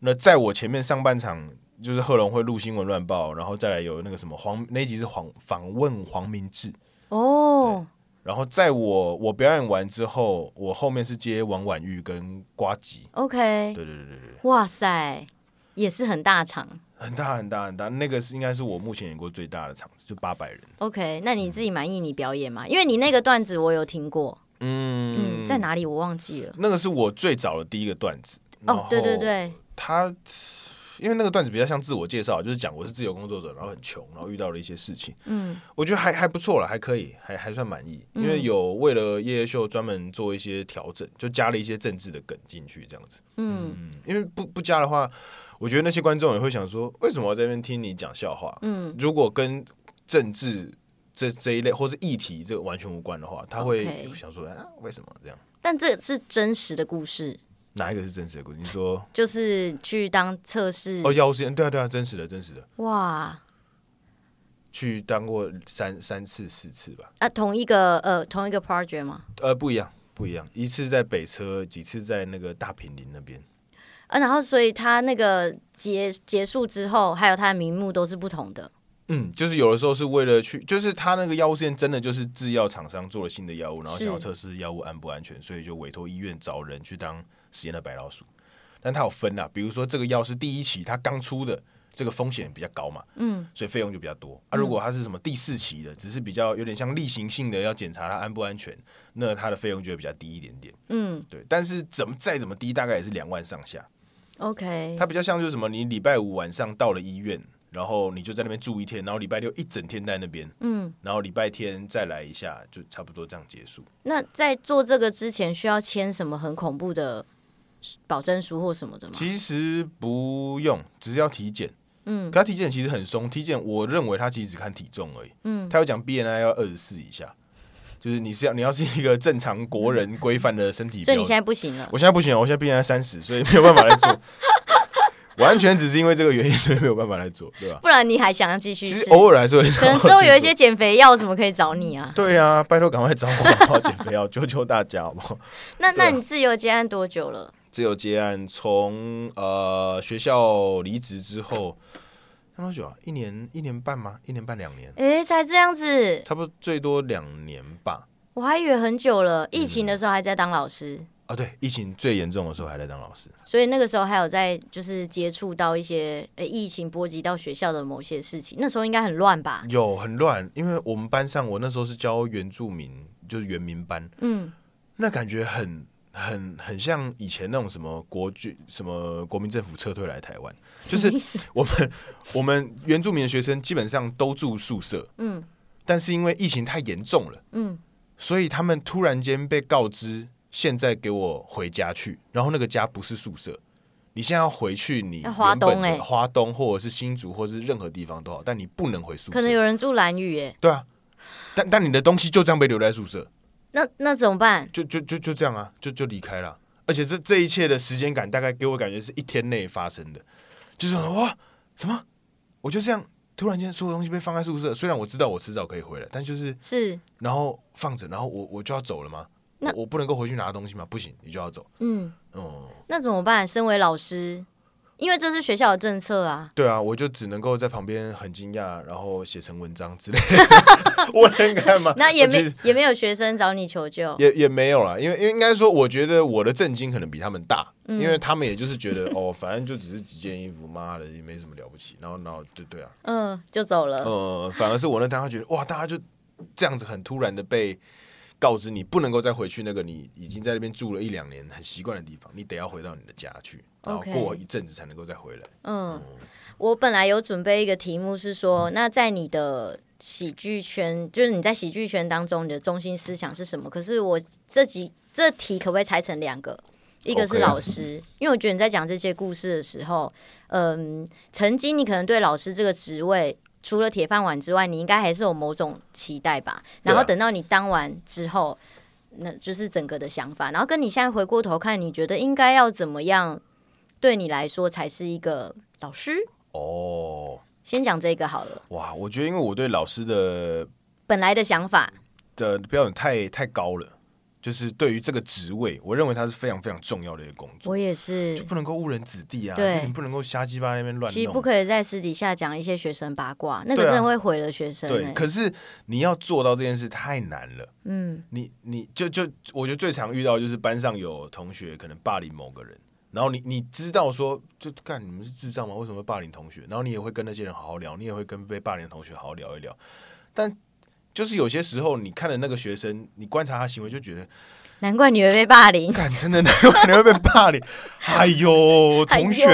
[SPEAKER 1] 那在我前面上半场就是贺龙会录新闻乱报，然后再来有那个什么黄那一集是黄访问黄明志，
[SPEAKER 2] 嗯，哦，
[SPEAKER 1] 然后在我我表演完之后，我后面是接王婉玉跟瓜吉。
[SPEAKER 2] OK，
[SPEAKER 1] 对对对对对，
[SPEAKER 2] 哇塞，也是很大场。
[SPEAKER 1] 很大很大很大，那个是应该是我目前演过最大的场子，就八百人。
[SPEAKER 2] OK，那你自己满意你表演吗？因为你那个段子我有听过，
[SPEAKER 1] 嗯
[SPEAKER 2] 嗯，在哪里我忘记了。
[SPEAKER 1] 那个是我最早的第一个段子。然
[SPEAKER 2] 哦
[SPEAKER 1] 后，
[SPEAKER 2] 对对对，
[SPEAKER 1] 他因为那个段子比较像自我介绍，就是讲我是自由工作者，然后很穷，然后遇到了一些事情，
[SPEAKER 2] 嗯
[SPEAKER 1] 我觉得还还不错了，还可以，还还算满意。
[SPEAKER 2] 嗯
[SPEAKER 1] 因为有为了夜夜秀专门做一些调整，就加了一些政治的梗进去，这样子。
[SPEAKER 2] 嗯
[SPEAKER 1] 嗯，因为不不加的话，我觉得那些观众也会想说，为什么我在那边听你讲笑话？
[SPEAKER 2] 嗯，
[SPEAKER 1] 如果跟政治这这一类或是议题这个完全无关的话，他会
[SPEAKER 2] OK
[SPEAKER 1] 想说啊，为什么这样？
[SPEAKER 2] 但这是真实的故事，
[SPEAKER 1] 哪一个是真实的故事？你说
[SPEAKER 2] 就是去当测试
[SPEAKER 1] 哦，药物实验，对啊，对啊，真实的，真实的。
[SPEAKER 2] 哇
[SPEAKER 1] 去当过三三次四次吧，
[SPEAKER 2] 啊，同一个呃同一个 project 吗？
[SPEAKER 1] 呃，不一样，不一样，一次在北车，几次在那个大平林那边，
[SPEAKER 2] 啊，然后所以他那个结结束之后，还有他的名目都是不同的。
[SPEAKER 1] 嗯，就是有的时候是为了去，就是他那个药物实验真的就是制药厂商做了新的药物，然后
[SPEAKER 2] 是
[SPEAKER 1] 想要测试药物安不安全，所以就委托医院找人去当实验的白老鼠，但他有分啊，比如说这个药是第一期，它刚出的。这个风险比较高嘛，
[SPEAKER 2] 嗯，
[SPEAKER 1] 所以费用就比较多。啊，如果它是什么第四期的，只是比较有点像例行性的要检查它安不安全，那它的费用就会比较低一点点。
[SPEAKER 2] 嗯
[SPEAKER 1] 对，但是怎么再怎么低，大概也是两万上下。
[SPEAKER 2] ，OK，
[SPEAKER 1] 它比较像就是什么，你礼拜五晚上到了医院，然后你就在那边住一天，然后礼拜六一整天在那边，
[SPEAKER 2] 嗯，
[SPEAKER 1] 然后礼拜天再来一下，就差不多这样结束。
[SPEAKER 2] 那在做这个之前需要签什么很恐怖的保证书或什么的吗？
[SPEAKER 1] 其实不用，只是要体检。
[SPEAKER 2] 嗯
[SPEAKER 1] 可他体检其实很松，体检我认为他其实只看体重而已。
[SPEAKER 2] 嗯，
[SPEAKER 1] 他有讲 BNI 要二十四以下，就是你是要你要是一个正常国人规范的身体
[SPEAKER 2] 所
[SPEAKER 1] 标
[SPEAKER 2] 以你
[SPEAKER 1] 准
[SPEAKER 2] 现。在不行了。
[SPEAKER 1] [laughs] 我现在不行，哦我现在毕竟才三十，所以没有办法来 [laughs] 做。完全只是因为这个原因，所以没有办法来做，对吧？
[SPEAKER 2] 不然你还想要继续
[SPEAKER 1] 其
[SPEAKER 2] 试？
[SPEAKER 1] 实偶尔来说，
[SPEAKER 2] 可能之后有一些减肥药什么可以找你啊。
[SPEAKER 1] [laughs] 对啊，拜托赶快找我好不好？减肥药，救救大家好不 [laughs] 好？
[SPEAKER 2] 那
[SPEAKER 1] 对啊
[SPEAKER 2] 那你自由接案多久了？
[SPEAKER 1] 自由接案从呃学校离职之后，那多久啊？一年一年半吗？一年半两年，
[SPEAKER 2] 诶，才这样子，
[SPEAKER 1] 差不多最多两年吧。
[SPEAKER 2] 我还以为很久了。疫情的时候还在当老师，
[SPEAKER 1] 啊，对，疫情最严重的时候还在当老师。
[SPEAKER 2] 所以那个时候还有在就是接触到一些呃疫情波及到学校的某些事情，那时候应该很乱吧？
[SPEAKER 1] 有很乱，因为我们班上我那时候是教原住民，就是原民班，
[SPEAKER 2] 嗯，
[SPEAKER 1] 那感觉很很很像以前那种什么国军什么国民政府撤退来台湾，就
[SPEAKER 2] 什
[SPEAKER 1] 是
[SPEAKER 2] 么意思
[SPEAKER 1] 我们我们原住民的学生基本上都住宿舍，
[SPEAKER 2] 嗯
[SPEAKER 1] 但是因为疫情太严重了，
[SPEAKER 2] 嗯，
[SPEAKER 1] 所以他们突然间被告知现在给我回家去，然后那个家不是宿舍。你现在要回去你
[SPEAKER 2] 要花东
[SPEAKER 1] 原本的
[SPEAKER 2] 欸
[SPEAKER 1] 花东或者是新竹或者是任何地方都好，但你不能回宿
[SPEAKER 2] 可能
[SPEAKER 1] 舍，
[SPEAKER 2] 有人住蓝雨耶，
[SPEAKER 1] 对啊，但但你的东西就这样被留在宿舍，
[SPEAKER 2] 那那怎么办？
[SPEAKER 1] 就就就就这样啊，就就离开了。而且这这一切的时间感，大概给我感觉是一天内发生的，就是哇，什么？我就这样突然间所有东西被放在宿舍，虽然我知道我迟早可以回来，但就是
[SPEAKER 2] 是，
[SPEAKER 1] 然后放着，然后我我就要走了吗？
[SPEAKER 2] 那
[SPEAKER 1] 我我不能够回去拿东西吗？不行，你就要走。
[SPEAKER 2] 嗯，
[SPEAKER 1] 哦、
[SPEAKER 2] 那怎么办？身为老师，因为这是学校的政策啊，
[SPEAKER 1] 对啊，我就只能够在旁边很惊讶，然后写成文章之类的。 [laughs] 我能干嘛？
[SPEAKER 2] [laughs] 那也
[SPEAKER 1] 啊我其
[SPEAKER 2] 没
[SPEAKER 1] 实
[SPEAKER 2] 也没有学生找你
[SPEAKER 1] [laughs]
[SPEAKER 2] 求救，
[SPEAKER 1] 也也没有啦，因为因为应该说，我觉得我的震惊可能比他们大，
[SPEAKER 2] 嗯
[SPEAKER 1] 因为他们也就是觉得哦，反正就只是几件衣服，妈的也没什么了不起，然后然后对对啊，
[SPEAKER 2] 嗯，就走了。
[SPEAKER 1] 呃，反而是我那当下觉得哇，大家就这样子很突然的被告知你不能够再回去那个你已经在那边住了一两年很习惯的地方，你得要回到你的家去，然后
[SPEAKER 2] OK
[SPEAKER 1] 过一阵子才能够再回来。哦
[SPEAKER 2] 嗯，我本来有准备一个题目是说，那在你的喜剧圈，就是你在喜剧圈当中，你的中心思想是什么？可是我这集这题可不可以拆成两个？一个是
[SPEAKER 1] OK
[SPEAKER 2] 老师因为我觉得你在讲这些故事的时候，嗯，曾经你可能对老师这个职位，除了铁饭碗之外，你应该还是有某种期待吧。
[SPEAKER 1] 对啊
[SPEAKER 2] 然后等到你当完之后，那就是整个的想法。然后跟你现在回过头看，你觉得应该要怎么样，对你来说才是一个老师？
[SPEAKER 1] 哦，
[SPEAKER 2] 先讲这个好了，
[SPEAKER 1] 哇，我觉得因为我对老师的
[SPEAKER 2] 本来的想法，
[SPEAKER 1] 的标准太太高了，就是对于这个职位，我认为它是非常非常重要的一个工作。
[SPEAKER 2] 我也。
[SPEAKER 1] 就是不能够误人子弟啊！
[SPEAKER 2] 对
[SPEAKER 1] 就你不能够瞎鸡巴那边乱
[SPEAKER 2] 其实
[SPEAKER 1] 弄。
[SPEAKER 2] 不可以在私底下讲一些学生八卦，那个
[SPEAKER 1] 对啊
[SPEAKER 2] 真的会毁了学生、
[SPEAKER 1] 对，
[SPEAKER 2] 欸。
[SPEAKER 1] 可是你要做到这件事太难了。
[SPEAKER 2] 嗯，
[SPEAKER 1] 你你就就我觉得最常遇到就是班上有同学可能霸凌某个人，然后你你知道说就干你们是智障吗？为什么会霸凌同学？然后你也会跟那些人好好聊，你也会跟被霸凌的同学好好聊一聊，但就是有些时候你看的那个学生，你观察他行为就觉得，
[SPEAKER 2] 难怪你会被霸
[SPEAKER 1] [laughs]
[SPEAKER 2] 凌。
[SPEAKER 1] 干真的难怪你会被霸凌。哎呦，
[SPEAKER 2] [laughs] 哎呦
[SPEAKER 1] 同学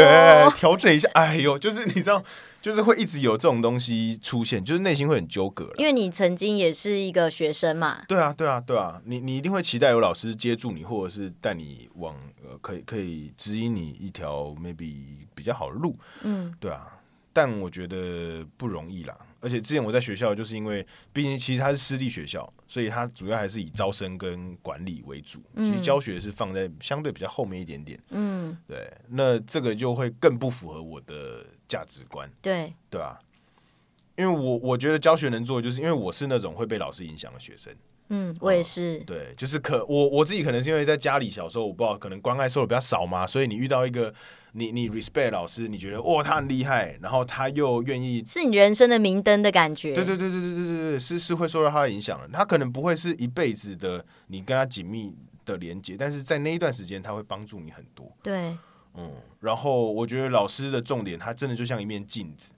[SPEAKER 1] 调整一下，哎呦，就是你知道，就是会一直有这种东西出现，就是内心会很纠葛了。
[SPEAKER 2] 因为你曾经也是一个学生嘛，
[SPEAKER 1] 对啊，对啊，对啊，你你一定会期待有老师接住你，或者是带你往呃，可以可以指引你一条 maybe 比较好的路，
[SPEAKER 2] 嗯，
[SPEAKER 1] 对啊，但我觉得不容易啦。而且之前我在学校，就是因为毕竟其实它是私立学校，所以它主要还是以招生跟管理为主，其实教学是放在相对比较后面一点点。
[SPEAKER 2] 嗯，
[SPEAKER 1] 对，那这个就会更不符合我的价值观。
[SPEAKER 2] 对，
[SPEAKER 1] 对啊，因为我我觉得教学能做，就是因为我是那种会被老师影响的学生，哦
[SPEAKER 2] 嗯，我也是，
[SPEAKER 1] 对，就是可我我自己可能是因为在家里小时候，我不知道可能关爱受的比较少嘛，所以你遇到一个你你 respect 老师，你觉得哇他很厉害，然后他又愿意，
[SPEAKER 2] 是你人生的明灯的感觉。
[SPEAKER 1] 对对对对对对对对，是是会受到他的影响的，他可能不会是一辈子的你跟他紧密的连接，但是在那一段时间他会帮助你很多。
[SPEAKER 2] 对
[SPEAKER 1] 嗯，然后我觉得老师的重点，他真的就像一面镜子，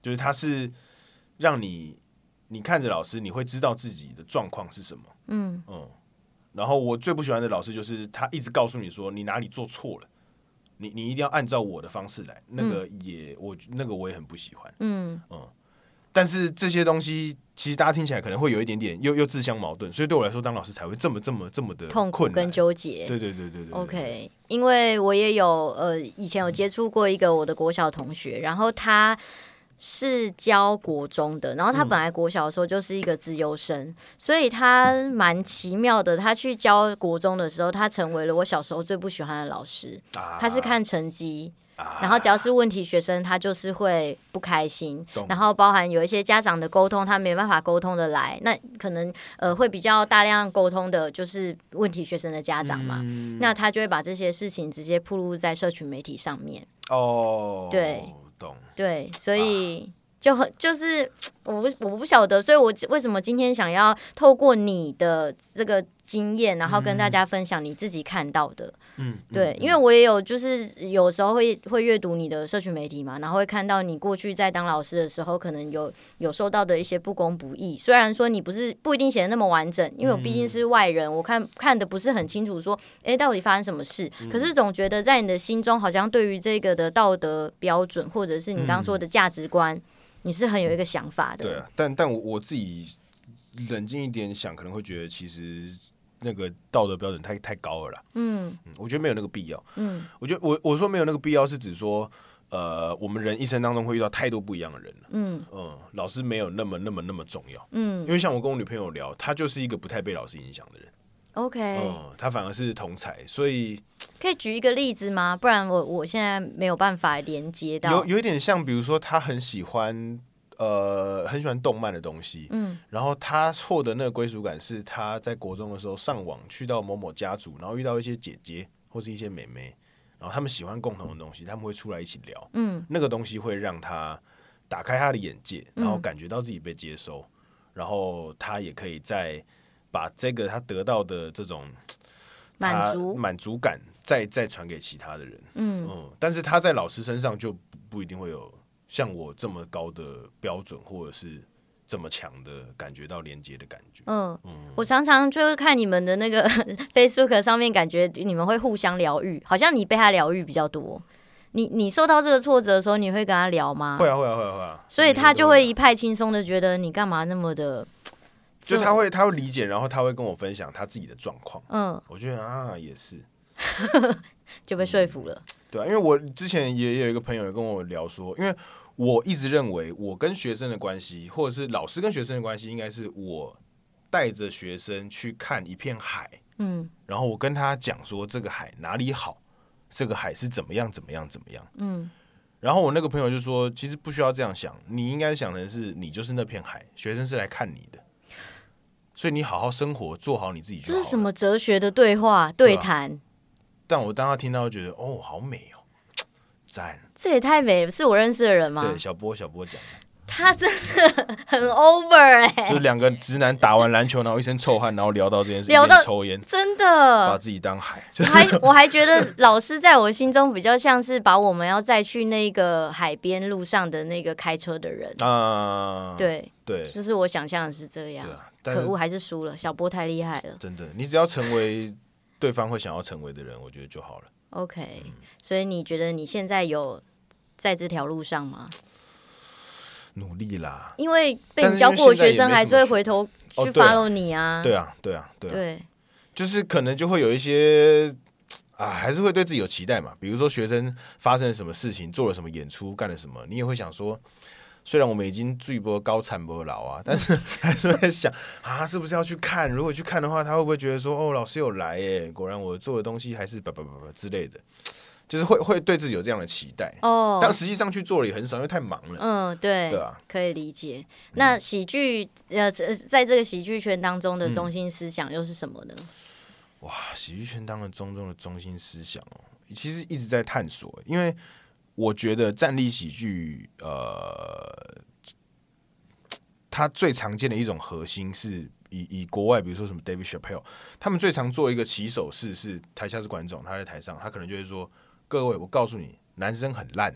[SPEAKER 1] 就是他是让你你看着老师，你会知道自己的状况是什么。
[SPEAKER 2] 嗯
[SPEAKER 1] 嗯，然后我最不喜欢的老师就是他一直告诉你说你哪里做错了，你你一定要按照我的方式来，那个也、我那个我也很不喜欢。
[SPEAKER 2] 嗯，
[SPEAKER 1] 但是这些东西其实大家听起来可能会有一点点又又自相矛盾，所以对我来说当老师才会这么这么这么的
[SPEAKER 2] 痛苦
[SPEAKER 1] 困难
[SPEAKER 2] 跟纠结。
[SPEAKER 1] 对对对对对对
[SPEAKER 2] OK，因为我也有呃，以前有接触过一个我的国小同学，然后他是教国中的，然后他本来国小的时候就是一个自由生，所以他蛮奇妙的。他去教国中的时候，他成为了我小时候最不喜欢的老师。
[SPEAKER 1] 啊
[SPEAKER 2] 他是看成绩，
[SPEAKER 1] 啊
[SPEAKER 2] 然后只要是问题学生，他就是会不开心
[SPEAKER 1] 懂，
[SPEAKER 2] 然后包含有一些家长的沟通，他没办法沟通的来，那可能呃会比较大量沟通的就是问题学生的家长
[SPEAKER 1] 嗯
[SPEAKER 2] 嘛，那他就会把这些事情直接铺露在社群媒体上面，
[SPEAKER 1] 哦，
[SPEAKER 2] 对，
[SPEAKER 1] 懂。
[SPEAKER 2] 对，所以。就很就是我不我不晓得，所以我为什么今天想要透过你的这个经验，然后跟大家分享你自己看到的，
[SPEAKER 1] 嗯，
[SPEAKER 2] 对，因为我也有，就是有时候会会阅读你的社群媒体嘛，然后会看到你过去在当老师的时候，可能有有受到的一些不公不义。虽然说你不是不一定写的那么完整，因为我毕竟
[SPEAKER 1] 嗯
[SPEAKER 2] 是外人，我看看的不是很清楚说，诶到底发生什么事。
[SPEAKER 1] 嗯
[SPEAKER 2] 可是总觉得在你的心中，好像对于这个的道德标准，或者是你刚刚说的价值观，你是很有一个想法的。
[SPEAKER 1] 嗯对啊，但但我我自己冷静一点想，可能会觉得其实那个道德标准太太高了啦。
[SPEAKER 2] 嗯
[SPEAKER 1] 嗯，我觉得没有那个必要。
[SPEAKER 2] 嗯，
[SPEAKER 1] 我觉得我我说没有那个必要，是指说，呃，我们人一生当中会遇到太多不一样的人了。
[SPEAKER 2] 嗯
[SPEAKER 1] 嗯，老师没有那么那么那么重要，
[SPEAKER 2] 嗯
[SPEAKER 1] 因为像我跟我女朋友聊，她就是一个不太被老师影响的人。
[SPEAKER 2] ，OK，、
[SPEAKER 1] 嗯，她反而是同才，所以
[SPEAKER 2] 可以举一个例子吗？不然我我现在没有办法连接到。
[SPEAKER 1] 有有一点像，比如说她很喜欢。呃，很喜欢动漫的东西，
[SPEAKER 2] 嗯，
[SPEAKER 1] 然后他获得那个归属感是他在国中的时候上网去到某某家族，然后遇到一些姐姐或是一些妹妹，然后他们喜欢共同的东西，他们会出来一起聊，
[SPEAKER 2] 嗯，
[SPEAKER 1] 那个东西会让他打开他的眼界，然后感觉到自己被接收，然后他也可以再把这个他得到的这种
[SPEAKER 2] 满
[SPEAKER 1] 他
[SPEAKER 2] 足，
[SPEAKER 1] 满足感再再传给其他的人，
[SPEAKER 2] 嗯
[SPEAKER 1] 嗯，但是他在老师身上就不不一定会有像我这么高的标准，或者是这么强的感觉到连接的感觉。
[SPEAKER 2] 嗯，我常常就是看你们的那个 [laughs] Facebook 上面，感觉你们会互相疗愈，好像你被他疗愈比较多。你你受到这个挫折的时候，你会跟他聊吗？
[SPEAKER 1] 会啊，会啊，会啊，会啊。
[SPEAKER 2] 所以他就会一
[SPEAKER 1] 每天
[SPEAKER 2] 派轻松的觉得你干嘛那么的，
[SPEAKER 1] 都会啊就他会他会理解，然后他会跟我分享他自己的状况。
[SPEAKER 2] 嗯，
[SPEAKER 1] 我觉得啊，也是
[SPEAKER 2] 就被说服了。嗯
[SPEAKER 1] 对啊，因为我之前也有一个朋友也跟我聊说，因为我一直认为我跟学生的关系，或者是老师跟学生的关系，应该是我带着学生去看一片海，
[SPEAKER 2] 嗯
[SPEAKER 1] 然后我跟他讲说这个海哪里好，这个海是怎么样怎么样怎么样。
[SPEAKER 2] 嗯
[SPEAKER 1] 然后我那个朋友就说，其实不需要这样想，你应该想的是你就是那片海，学生是来看你的，所以你好好生活，做好你自己就
[SPEAKER 2] 这
[SPEAKER 1] 好了。
[SPEAKER 2] 是什么哲学的对话对谈？
[SPEAKER 1] 但我当他听到，觉得哦，好美哦，赞。
[SPEAKER 2] 这也太美了，是我认识的人吗
[SPEAKER 1] 对，？小波小波讲的，
[SPEAKER 2] 他真的 [laughs] 很 over 哎、
[SPEAKER 1] 就是两个直男打完篮球，然后一身臭汗，然后聊到这件事，
[SPEAKER 2] 聊
[SPEAKER 1] 一
[SPEAKER 2] 到
[SPEAKER 1] 边抽烟，
[SPEAKER 2] 真
[SPEAKER 1] 把
[SPEAKER 2] 的。
[SPEAKER 1] 自己当海，就
[SPEAKER 2] 我
[SPEAKER 1] 是
[SPEAKER 2] 还我还觉得老师在我心中比较像是把我们要再去那个海边路上的那个开车的人，
[SPEAKER 1] [laughs] 啊，
[SPEAKER 2] 对，
[SPEAKER 1] 对
[SPEAKER 2] 就是我想象的是这样
[SPEAKER 1] 对。啊，但
[SPEAKER 2] 可
[SPEAKER 1] 是
[SPEAKER 2] 恶，还是输了，小波太厉害了。
[SPEAKER 1] 真的，你只要成为对方会想要成为的人，我觉得就好了。
[SPEAKER 2] OK，、所
[SPEAKER 1] 嗯
[SPEAKER 2] 以你觉得你现在有在这条路上吗？
[SPEAKER 1] 努力啦，
[SPEAKER 2] 因为被
[SPEAKER 1] 但
[SPEAKER 2] 你
[SPEAKER 1] 是
[SPEAKER 2] 教
[SPEAKER 1] 因为
[SPEAKER 2] 过的
[SPEAKER 1] 现在
[SPEAKER 2] 学
[SPEAKER 1] 也
[SPEAKER 2] 生
[SPEAKER 1] 没
[SPEAKER 2] 还
[SPEAKER 1] 什
[SPEAKER 2] 是
[SPEAKER 1] 么
[SPEAKER 2] 会
[SPEAKER 1] 学
[SPEAKER 2] 回头
[SPEAKER 1] 哦
[SPEAKER 2] 去
[SPEAKER 1] 对啊
[SPEAKER 2] follow 你啊，
[SPEAKER 1] 对啊，对啊，对啊，
[SPEAKER 2] 对
[SPEAKER 1] 就是可能就会有一些啊，还是会对自己有期待嘛。比如说学生发生了什么事情，做了什么演出，干了什么，你也会想说，虽然我们已经最波高产波老啊，但是 [laughs] 还是会想啊，是不是要去看？如果去看的话，他会不会觉得说，哦，老师有来耶？果然我做的东西还是叭叭叭叭之类的，就是会会对自己有这样的期待。
[SPEAKER 2] 哦，
[SPEAKER 1] 但实际上去做了也很少，因为太忙了。
[SPEAKER 2] 嗯，对，
[SPEAKER 1] 对啊
[SPEAKER 2] 可以理解。那喜剧呃，这在这个喜剧圈当
[SPEAKER 1] 嗯
[SPEAKER 2] 中的中心思想又是什么呢？
[SPEAKER 1] 哇，啊喜剧圈当了中中的中心思想哦，其实一直在探索，因为我觉得站立喜剧，呃，它最常见的一种核心是以以国外，比如说什么 David Chappelle，他们最常做一个起手式是台下是观众，他在台上，他可能就会说：“各位，我告诉你，男生很烂。”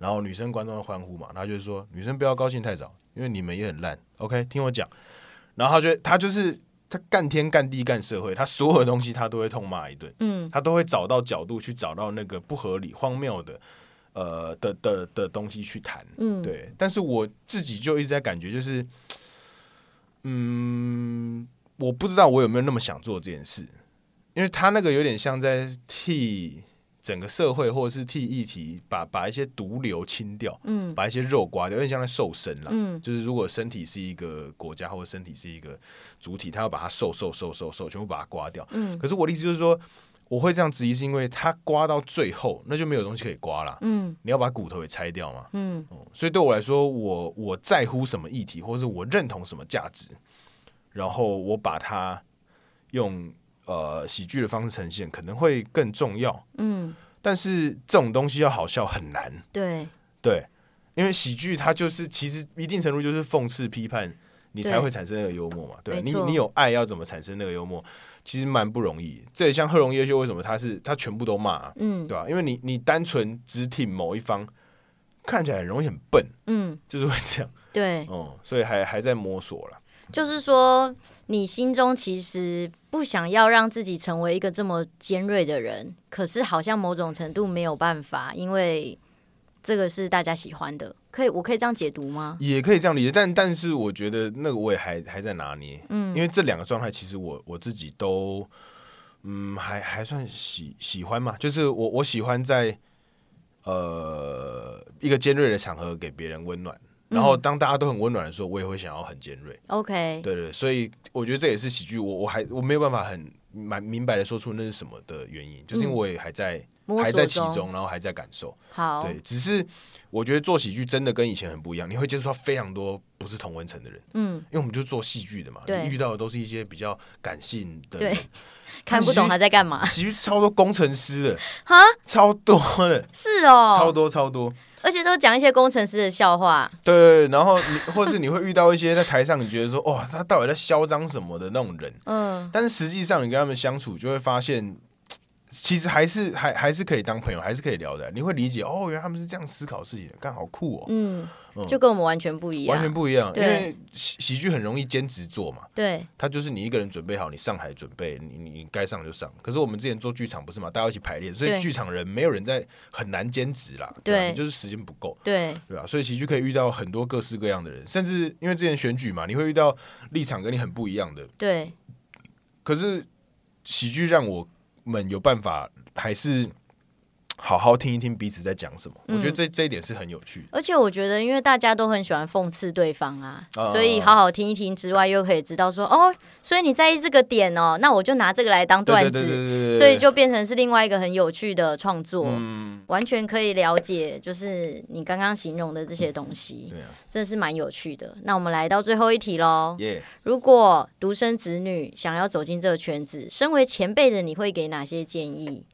[SPEAKER 1] 然后女生观众会欢呼嘛，他就会说：“女生不要高兴太早，因为你们也很烂。”OK，听我讲。然后他就他就是他干天干地干社会，他所有的东西他都会痛骂一顿，
[SPEAKER 2] 嗯，
[SPEAKER 1] 他都会找到角度去找到那个不合理、荒谬的，呃的的的东西去谈，
[SPEAKER 2] 嗯
[SPEAKER 1] 对。但是我自己就一直在感觉，就是，嗯，我不知道我有没有那么想做这件事，因为他那个有点像在替整个社会或者是替议题把把一些毒瘤清掉，
[SPEAKER 2] 嗯
[SPEAKER 1] 把一些肉刮掉，有点像在瘦身啦，
[SPEAKER 2] 嗯
[SPEAKER 1] 就是如果身体是一个国家或者身体是一个主体，他要把它瘦瘦瘦瘦瘦，全部把它刮掉。
[SPEAKER 2] 嗯
[SPEAKER 1] 可是我的意思就是说，我会这样质疑，是因为它刮到最后，那就没有东西可以刮啦。
[SPEAKER 2] 嗯
[SPEAKER 1] 你要把骨头也拆掉嘛。
[SPEAKER 2] 嗯
[SPEAKER 1] 嗯所以对我来说，我我在乎什么议题，或是我认同什么价值，然后我把它用呃喜剧的方式呈现，可能会更重要。
[SPEAKER 2] 嗯，
[SPEAKER 1] 但是这种东西要好笑很难，
[SPEAKER 2] 对
[SPEAKER 1] 对，因为喜剧它就是其实一定程度就是讽刺批判，你
[SPEAKER 2] 对
[SPEAKER 1] 才会产生那个幽默嘛。对，
[SPEAKER 2] 没
[SPEAKER 1] 你
[SPEAKER 2] 错
[SPEAKER 1] 你有爱要怎么产生那个幽默，其实蛮不容易。这也像贺龙夜秀，为什么他是他全部都骂啊、
[SPEAKER 2] 嗯
[SPEAKER 1] 对吧、因为你你单纯只挺某一方，看起来很容易很笨，
[SPEAKER 2] 嗯
[SPEAKER 1] 就是会这样。
[SPEAKER 2] 对，
[SPEAKER 1] 哦、所以还还在摸索了。
[SPEAKER 2] 就是说你心中其实不想要让自己成为一个这么尖锐的人，可是好像某种程度没有办法，因为这个是大家喜欢的，可以我可以这样解读吗？
[SPEAKER 1] 也可以这样理解，但但是我觉得那个我也还还在拿捏，嗯，因为这两个状态其实我我自己都，嗯，还还算喜喜欢嘛，就是我我喜欢在呃一个尖锐的场合给别人温暖，然后当大家都很温暖的时候，我也会想要很尖锐，
[SPEAKER 2] OK，
[SPEAKER 1] 对对对，所以我觉得这也是喜剧，我我还我没有办法很蛮明白的说出那是什么的原因，就是因为我也还在、
[SPEAKER 2] 摸
[SPEAKER 1] 还
[SPEAKER 2] 索
[SPEAKER 1] 在其中，然后还在感受，
[SPEAKER 2] 好，
[SPEAKER 1] 对，只是我觉得做喜剧真的跟以前很不一样，你会接触到非常多不是同温层的人，
[SPEAKER 2] 嗯，
[SPEAKER 1] 因为我们就做戏剧的嘛，
[SPEAKER 2] 对
[SPEAKER 1] 你遇到的都是一些比较感性的
[SPEAKER 2] 对
[SPEAKER 1] 人，
[SPEAKER 2] 看不懂他在干嘛。
[SPEAKER 1] [laughs]
[SPEAKER 2] [laughs]
[SPEAKER 1] 喜剧超多工程师的，
[SPEAKER 2] 哈，
[SPEAKER 1] 超多的，
[SPEAKER 2] 是哦，
[SPEAKER 1] 超多超多，
[SPEAKER 2] 而且都讲一些工程师的笑话。
[SPEAKER 1] 对对，对然后你或是你会遇到一些在台上你觉得说哇他到底在嚣张什么的那种人，
[SPEAKER 2] 嗯，
[SPEAKER 1] 但是实际上你跟他们相处就会发现。其实还是还还是可以当朋友，还是可以聊的。你会理解哦，原来他们是这样思考事情的，干好酷哦。
[SPEAKER 2] 嗯，就跟我们完全不一样。
[SPEAKER 1] 完全不一样，因
[SPEAKER 2] 啊对
[SPEAKER 1] 为喜喜剧很容易兼职做嘛，
[SPEAKER 2] 对，
[SPEAKER 1] 它就是你一个人准备好，你上台准备，你你你该上就上。可是我们之前做剧场不是嘛，大家一起排练，所以
[SPEAKER 2] 对
[SPEAKER 1] 剧场人没有人在很难兼职啦，对啊，
[SPEAKER 2] 对
[SPEAKER 1] 你就是时间不够，
[SPEAKER 2] 对，
[SPEAKER 1] 对吧、所以喜剧可以遇到很多各式各样的人，甚至因为之前选举嘛，你会遇到立场跟你很不一样的。
[SPEAKER 2] 对，
[SPEAKER 1] 可是喜剧让我们有办法，还是好好听一听彼此在讲什么。我觉得这
[SPEAKER 2] 嗯
[SPEAKER 1] 这一点是很有趣的。
[SPEAKER 2] 而且我觉得，因为大家都很喜欢讽刺对方啊，
[SPEAKER 1] 啊
[SPEAKER 2] 所以好好听一听之外，又可以知道说，哦，所以你在意这个点哦，那我就拿这个来当段
[SPEAKER 1] 对对
[SPEAKER 2] 子，
[SPEAKER 1] 对对对对，
[SPEAKER 2] 所以就变成是另外一个很有趣的创作，
[SPEAKER 1] 嗯
[SPEAKER 2] 完全可以了解，就是你刚刚形容的这些东西，
[SPEAKER 1] 对啊，
[SPEAKER 2] 真的是蛮有趣的。那我们来到最后一题喽，
[SPEAKER 1] 耶、
[SPEAKER 2] 如果独生子女想要走进这个圈子，身为前辈的你会给哪些建议？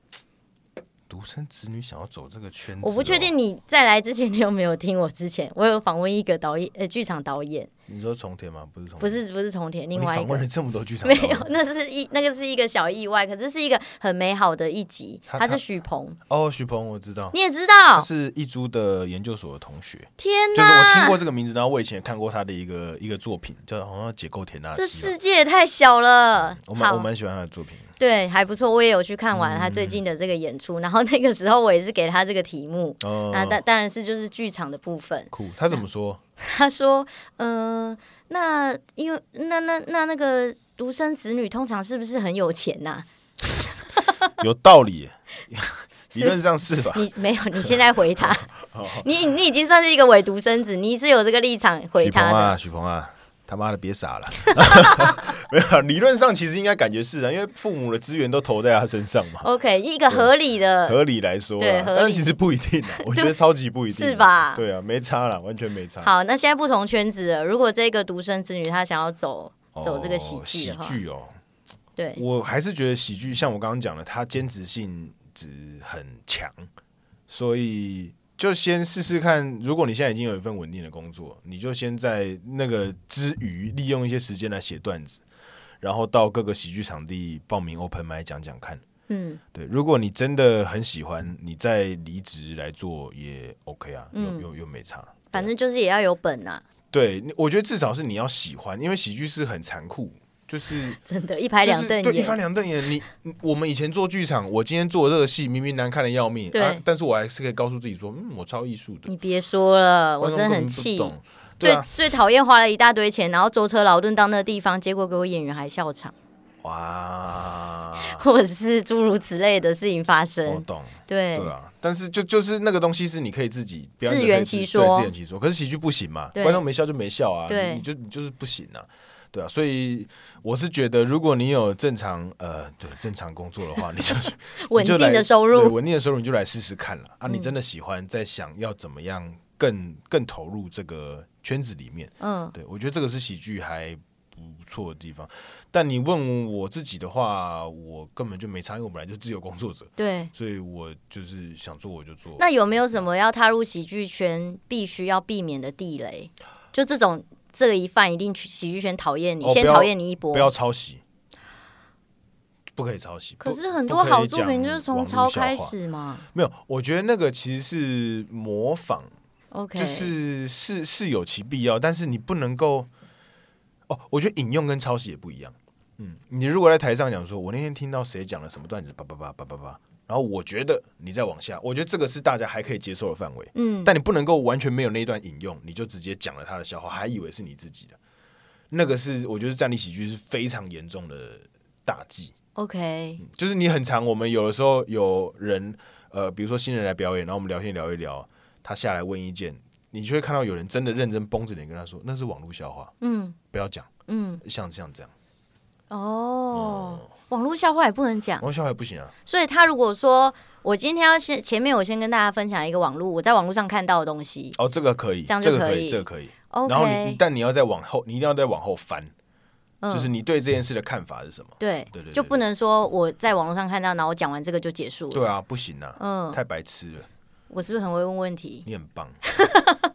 [SPEAKER 1] 独生子女想要走这个圈子、哦
[SPEAKER 2] 我不确。定你在来之前你有没有听我之前，我有访问一个导演，呃，剧场导演，
[SPEAKER 1] 你说重田吗？不是重田，哦
[SPEAKER 2] 不是不是重田，另外
[SPEAKER 1] 你
[SPEAKER 2] 一
[SPEAKER 1] 访问
[SPEAKER 2] 个
[SPEAKER 1] 了。这么多剧场
[SPEAKER 2] [laughs] 没
[SPEAKER 1] 导演，
[SPEAKER 2] 有，那是一那个是一个小意外，可是是一个很美好的一集。
[SPEAKER 1] 他
[SPEAKER 2] 他
[SPEAKER 1] 他
[SPEAKER 2] 是许鹏，
[SPEAKER 1] 哦，徐鹏我知道，
[SPEAKER 2] 你也知
[SPEAKER 1] 他
[SPEAKER 2] 道，
[SPEAKER 1] 是一珠的研究所的同学，
[SPEAKER 2] 天
[SPEAKER 1] 就是我听
[SPEAKER 2] 哪，
[SPEAKER 1] 过这个名字，然后我以前也看过他的一个一个作品，叫好像叫解构田纳西吧。
[SPEAKER 2] 这世界也太小了。
[SPEAKER 1] 啊我蛮
[SPEAKER 2] 好。
[SPEAKER 1] 我嗯蛮喜欢他的作品，
[SPEAKER 2] 对，还不错，我也有去看完他最近的这个演出，然后那个时候我也是给他这个题目，
[SPEAKER 1] 哦，
[SPEAKER 2] 那当当然是就是剧场的部分。 [laughs]
[SPEAKER 1] 酷。他怎么说？
[SPEAKER 2] 他说，呃，那因为那那那那个独生子女通常是不是很有钱呐、
[SPEAKER 1] 有道理，
[SPEAKER 2] [laughs] 是
[SPEAKER 1] 理论上是吧？哦
[SPEAKER 2] 你没有，
[SPEAKER 1] [laughs]
[SPEAKER 2] 你现在回他，你你已经算是一个伪独生子，你是有这个立场回
[SPEAKER 1] 许鹏
[SPEAKER 2] 他的。
[SPEAKER 1] 啊，许鹏啊，他妈的别傻了！ [laughs] 没有，理论上其实应该感觉是啊，因为父母的资源都投在他身上嘛，
[SPEAKER 2] OK，一个合理的，
[SPEAKER 1] 合理来说
[SPEAKER 2] 对
[SPEAKER 1] 啦，
[SPEAKER 2] 合理
[SPEAKER 1] 但是其实不一定
[SPEAKER 2] [laughs]
[SPEAKER 1] 啊，我觉得超级不一定，
[SPEAKER 2] 是？吧？
[SPEAKER 1] 对啊，啊没差啦，完全没差。
[SPEAKER 2] 好，那现在不同圈子了，如果这个独生子女他想要走
[SPEAKER 1] 哦
[SPEAKER 2] 走这个喜剧
[SPEAKER 1] 喜
[SPEAKER 2] 的话，
[SPEAKER 1] 剧哦，
[SPEAKER 2] 对，
[SPEAKER 1] 我还是觉得喜剧像我刚刚讲的，它兼职性质很强，所以就先试试看。如果你现在已经有一份稳定的工作，你就先在那个之余，利用一些时间来写段子，然后到各个喜剧场地报名 open 麦讲讲看。
[SPEAKER 2] 嗯，
[SPEAKER 1] 对，如果你真的很喜欢，你再离职来做也 OK 啊，
[SPEAKER 2] 嗯
[SPEAKER 1] 又又又没差。
[SPEAKER 2] 反正就是也要有本啊呐、
[SPEAKER 1] 对，你我觉得至少是你要喜欢，因为喜剧是很残酷，就是
[SPEAKER 2] [laughs] 真的，一拍两瞪
[SPEAKER 1] 就是、对，一
[SPEAKER 2] 眼。
[SPEAKER 1] 翻两瞪眼。你你我们以前做剧场，我今天做这个戏，明明难看的要命，
[SPEAKER 2] 对
[SPEAKER 1] 啊，但是我还是可以告诉自己说，嗯，我超艺术的。
[SPEAKER 2] 你别说了，
[SPEAKER 1] 观
[SPEAKER 2] 我
[SPEAKER 1] 众
[SPEAKER 2] 真的
[SPEAKER 1] 根
[SPEAKER 2] 很
[SPEAKER 1] 本不
[SPEAKER 2] 气。
[SPEAKER 1] 懂对
[SPEAKER 2] 最、
[SPEAKER 1] 啊，
[SPEAKER 2] 最讨厌花了一大堆钱，然后舟车劳顿到那个地方，结果给我演员还笑场，
[SPEAKER 1] 哇，
[SPEAKER 2] 或者是诸如此类的事情发
[SPEAKER 1] 我
[SPEAKER 2] 生。
[SPEAKER 1] 懂，
[SPEAKER 2] 对
[SPEAKER 1] 哦对啊。但是就就是那个东西是你可以自己表演者
[SPEAKER 2] 自圆
[SPEAKER 1] 可以自
[SPEAKER 2] 其说
[SPEAKER 1] 对自圆其说。可是喜剧不行嘛，
[SPEAKER 2] 对
[SPEAKER 1] 观众没笑就没笑啊，
[SPEAKER 2] 对
[SPEAKER 1] 你你就你就是不行啊。对啊，所以我是觉得，如果你有正常呃，对正常工作的话，你就去
[SPEAKER 2] 稳
[SPEAKER 1] 你就
[SPEAKER 2] 定的
[SPEAKER 1] 来
[SPEAKER 2] 收
[SPEAKER 1] 对
[SPEAKER 2] 入，嗯
[SPEAKER 1] 稳定的收入你就来试试看了啊！你真的喜欢，在想要怎么样更更投入这个圈子里面，
[SPEAKER 2] 嗯，
[SPEAKER 1] 对我觉得这个是喜剧还不错的地方。但你问我自己的话，我根本就没差，因为我本来就自由工作者，
[SPEAKER 2] 对。
[SPEAKER 1] 所以我就是想做我就做。
[SPEAKER 2] 那有没有什么要踏入喜剧圈必须要避免的地雷？就这种这一犯，一定喜剧圈讨厌你，
[SPEAKER 1] 哦
[SPEAKER 2] 先
[SPEAKER 1] 不要
[SPEAKER 2] 讨厌你一波
[SPEAKER 1] 不。要抄袭，不可以抄袭。
[SPEAKER 2] 可
[SPEAKER 1] 不
[SPEAKER 2] 是很
[SPEAKER 1] 不
[SPEAKER 2] 多
[SPEAKER 1] 可以
[SPEAKER 2] 好作
[SPEAKER 1] 讲
[SPEAKER 2] 品就是从
[SPEAKER 1] 网络
[SPEAKER 2] 抄
[SPEAKER 1] 笑
[SPEAKER 2] 开
[SPEAKER 1] 话
[SPEAKER 2] 始嘛。
[SPEAKER 1] 没有，我觉得那个其实是模仿。
[SPEAKER 2] OK，
[SPEAKER 1] 就是是是有其必要，但是你不能够哦，我觉得引用跟抄袭也不一样。嗯，你如果在台上讲说，我那天听到谁讲了什么段子，叭叭叭叭叭叭，然后我觉得你再往下，我觉得这个是大家还可以接受的范围，
[SPEAKER 2] 嗯，
[SPEAKER 1] 但你不能够完全没有那一段引用，你就直接讲了他的笑话，还以为是你自己的，那个是我觉得站立喜剧是非常严重的大忌。
[SPEAKER 2] OK，
[SPEAKER 1] 就是你很常，我们有的时候有人，呃，比如说新人来表演，然后我们聊天聊一聊，他下来问意见，你就会看到有人真的认真绷着脸跟他说，那是网络笑话，
[SPEAKER 2] 嗯
[SPEAKER 1] 不要讲，
[SPEAKER 2] 嗯，
[SPEAKER 1] 像像这样，
[SPEAKER 2] 哦，网络笑话也不能讲
[SPEAKER 1] 网。络笑话也不行啊，
[SPEAKER 2] 所以他如果说我今天要先前面我先跟大家分享一个网络我在网络上看到的东西
[SPEAKER 1] 哦，这个可以，
[SPEAKER 2] 这样
[SPEAKER 1] 这
[SPEAKER 2] 就
[SPEAKER 1] 个
[SPEAKER 2] 可
[SPEAKER 1] 可
[SPEAKER 2] 以
[SPEAKER 1] 这个可以，然后你
[SPEAKER 2] 嗯，OK，
[SPEAKER 1] 但你要再往后，你一定要再往后翻，
[SPEAKER 2] 嗯
[SPEAKER 1] 就是你对这件事的看法是什么？
[SPEAKER 2] 对
[SPEAKER 1] 对对对
[SPEAKER 2] 就不能说我在网络上看到，然后我讲完这个就结束了。
[SPEAKER 1] 对啊，不行啊，
[SPEAKER 2] 嗯，
[SPEAKER 1] 太白痴了，
[SPEAKER 2] 我是不是很会问问题？
[SPEAKER 1] 你很
[SPEAKER 2] [laughs]
[SPEAKER 1] 棒，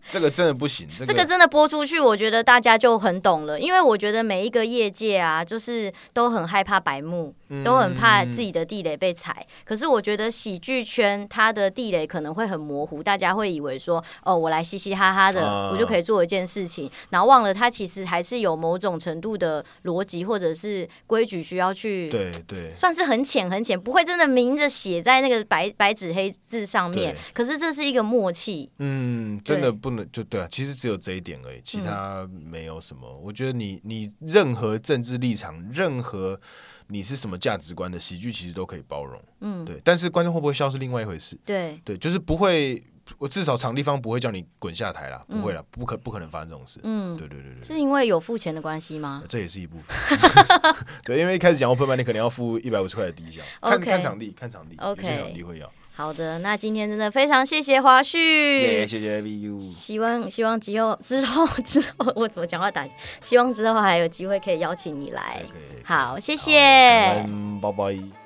[SPEAKER 1] 这个真的不行，这
[SPEAKER 2] 这个
[SPEAKER 1] 个
[SPEAKER 2] 真的播出去，我觉得大家就很懂了，因为我觉得每一个业界啊，就是都很害怕白目，
[SPEAKER 1] 嗯
[SPEAKER 2] 都很怕自己的地雷被踩。可是我觉得喜剧圈它的地雷可能会很模糊，大家会以为说，哦，我来嘻嘻哈哈的，
[SPEAKER 1] 啊
[SPEAKER 2] 我就可以做一件事情，然后忘了它其实还是有某种程度的逻辑或者是规矩需要去。
[SPEAKER 1] 对对。
[SPEAKER 2] 算是很浅很浅，不会真的明着写在那个白白纸黑字上面
[SPEAKER 1] 对。
[SPEAKER 2] 可是这是一个默契，
[SPEAKER 1] 嗯，真的
[SPEAKER 2] 对嗯
[SPEAKER 1] 不能就对啊，其实只有这一点而已，其他没有什么。我觉得你你任何政治立场，任何你是什么价值观的喜剧，其实都可以包容。
[SPEAKER 2] 嗯，
[SPEAKER 1] 对，但是观众会不会笑是另外一回事。
[SPEAKER 2] 对，
[SPEAKER 1] 对，就是不会，我至少场地方不会叫你滚下台啦，不会啦，不可不可能发生这种事。
[SPEAKER 2] 嗯，
[SPEAKER 1] 对对对对。
[SPEAKER 2] 是啊因为有付钱的关系吗？
[SPEAKER 1] 这也是一部
[SPEAKER 2] [laughs]
[SPEAKER 1] 分，对，因为一开始讲 open m i 你可能要付一百五十块的低消，看
[SPEAKER 2] OK
[SPEAKER 1] 看场地，看场地有
[SPEAKER 2] OK
[SPEAKER 1] 些场地会要。
[SPEAKER 2] 好的，那今天真的非常谢谢华旭。
[SPEAKER 1] 耶，谢谢 VU。
[SPEAKER 2] 希望希望之后之后 [laughs] 之后我怎么讲话打结？希望之后还有机会可以邀请你来
[SPEAKER 1] 可以可以。
[SPEAKER 2] 好，谢
[SPEAKER 1] 好感
[SPEAKER 2] 谢。
[SPEAKER 1] 嗯恩拜拜。